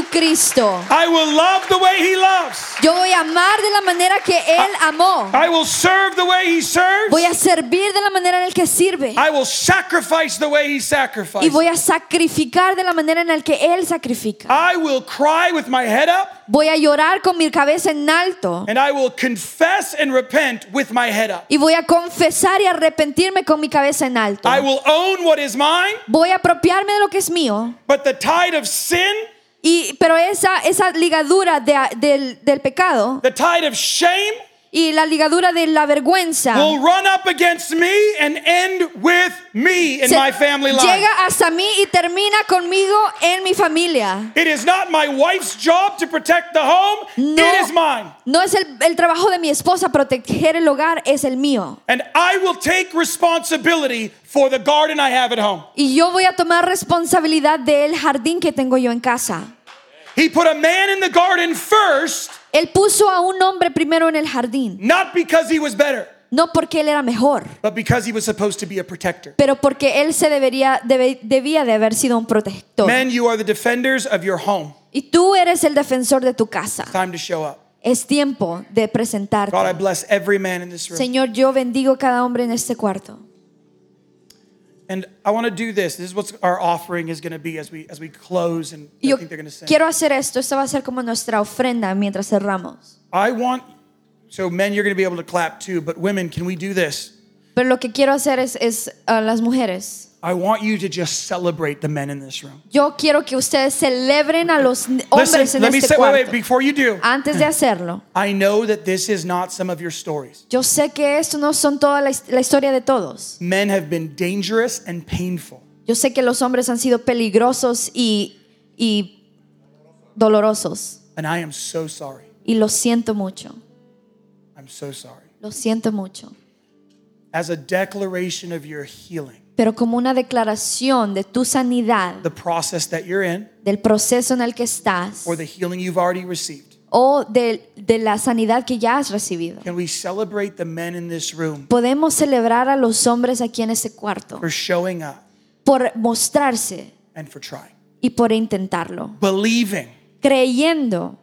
Speaker 5: Jesucristo.
Speaker 4: I will love the way he loves.
Speaker 5: Yo voy a amar de la manera que Él
Speaker 4: Ah.
Speaker 5: amó.
Speaker 4: I will serve the way he serves.
Speaker 5: Voy a servir de la manera en el que sirve.
Speaker 4: I will sacrifice the way he
Speaker 5: Y
Speaker 4: sacrificed.
Speaker 5: voy a sacrificar de la manera en la que Él sacrifica.
Speaker 4: I will cry with my head up
Speaker 5: Voy a llorar con mi cabeza en alto.
Speaker 4: and I will confess and repent with my head up.
Speaker 5: Y voy a confesar y arrepentirme con mi cabeza en alto.
Speaker 4: I will own what is mine,
Speaker 5: Voy a apropiarme de lo que es mío.
Speaker 4: but the tide of sin,
Speaker 5: Y, pero esa, esa ligadura de- del, del pecado
Speaker 4: the tide of shame,
Speaker 5: y la ligadura de la vergüenza
Speaker 4: will run up against me and end with me in
Speaker 5: se-
Speaker 4: my family line.
Speaker 5: llega hasta mí y termina conmigo en mi familia.
Speaker 4: It is not my wife's job to protect the home,
Speaker 5: No.
Speaker 4: it is mine.
Speaker 5: No es el, el trabajo de mi esposa proteger el hogar, es el mío.
Speaker 4: And I will take responsibility for the garden I have at home.
Speaker 5: Y yo voy a tomar responsabilidad del jardín que tengo yo en casa.
Speaker 4: He put a man in the garden first,
Speaker 5: Él puso a un hombre primero en el jardín,
Speaker 4: not because he was better,
Speaker 5: no porque él era mejor,
Speaker 4: but because he was supposed to be a protector.
Speaker 5: pero porque él se debería, debe- debía de haber sido un protector.
Speaker 4: Men, you are the defenders of your home.
Speaker 5: Y tú eres el defensor de tu casa.
Speaker 4: Time to show up.
Speaker 5: Es tiempo de
Speaker 4: God, I
Speaker 5: presentarte.
Speaker 4: bless every man in this room.
Speaker 5: Señor, yo bendigo cada hombre en este cuarto.
Speaker 4: And I want to do this. This is what our offering is going to be as we as we close and I
Speaker 5: Y yo
Speaker 4: think they're going to sing.
Speaker 5: quiero hacer esto. Esta va a ser como nuestra ofrenda mientras cerramos.
Speaker 4: I want so men you're going to be able to clap too, but women, can we do this?
Speaker 5: Pero lo que quiero hacer es, es a las mujeres.
Speaker 4: I want you to just celebrate the men in this room.
Speaker 5: Yo quiero que ustedes celebren a los n- hombres
Speaker 4: Listen,
Speaker 5: en
Speaker 4: let me
Speaker 5: este
Speaker 4: say wait, wait,
Speaker 5: cuarto.
Speaker 4: before you do.
Speaker 5: Antes de hacerlo,
Speaker 4: I know that this is not some of your stories.
Speaker 5: yo sé que esto no son toda la, his- la historia de todos.
Speaker 4: Men have been dangerous and painful.
Speaker 5: Yo sé que los hombres han sido peligrosos y, y dolorosos.
Speaker 4: And I am so sorry.
Speaker 5: Y lo siento mucho.
Speaker 4: I'm so sorry.
Speaker 5: Lo siento mucho.
Speaker 4: As a declaration of your healing,
Speaker 5: Pero como una declaración de tu sanidad,
Speaker 4: the process that you're in,
Speaker 5: del proceso en el que estás
Speaker 4: or the healing you've already received,
Speaker 5: o de, de la sanidad que ya has recibido.
Speaker 4: can we celebrate the men in this room
Speaker 5: Podemos celebrar a los hombres aquí en este cuarto
Speaker 4: for showing up
Speaker 5: por mostrarse
Speaker 4: and for trying?
Speaker 5: y por intentarlo,
Speaker 4: Believing
Speaker 5: creyendo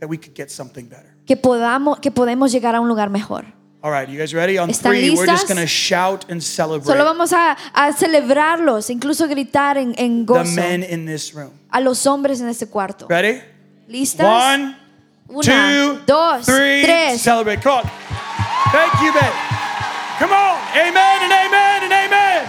Speaker 4: that we could get something better.
Speaker 5: que podamos que podemos llegar a un lugar mejor.
Speaker 4: All right, you guys ready? On
Speaker 5: ¿Están
Speaker 4: three, we're just
Speaker 5: listas?
Speaker 4: going to shout and celebrate
Speaker 5: Solo vamos a, a celebrarlos, incluso gritar en, en
Speaker 4: the
Speaker 5: gozo
Speaker 4: men in this room.
Speaker 5: a los hombres en este cuarto.
Speaker 4: Ready?
Speaker 5: ¿Listas?
Speaker 4: One.
Speaker 5: Una,
Speaker 4: two,
Speaker 5: dos,
Speaker 4: three.
Speaker 5: tres.
Speaker 4: Celebrate. Come on. Thank you, babe. Come on. Amen and amen and amen.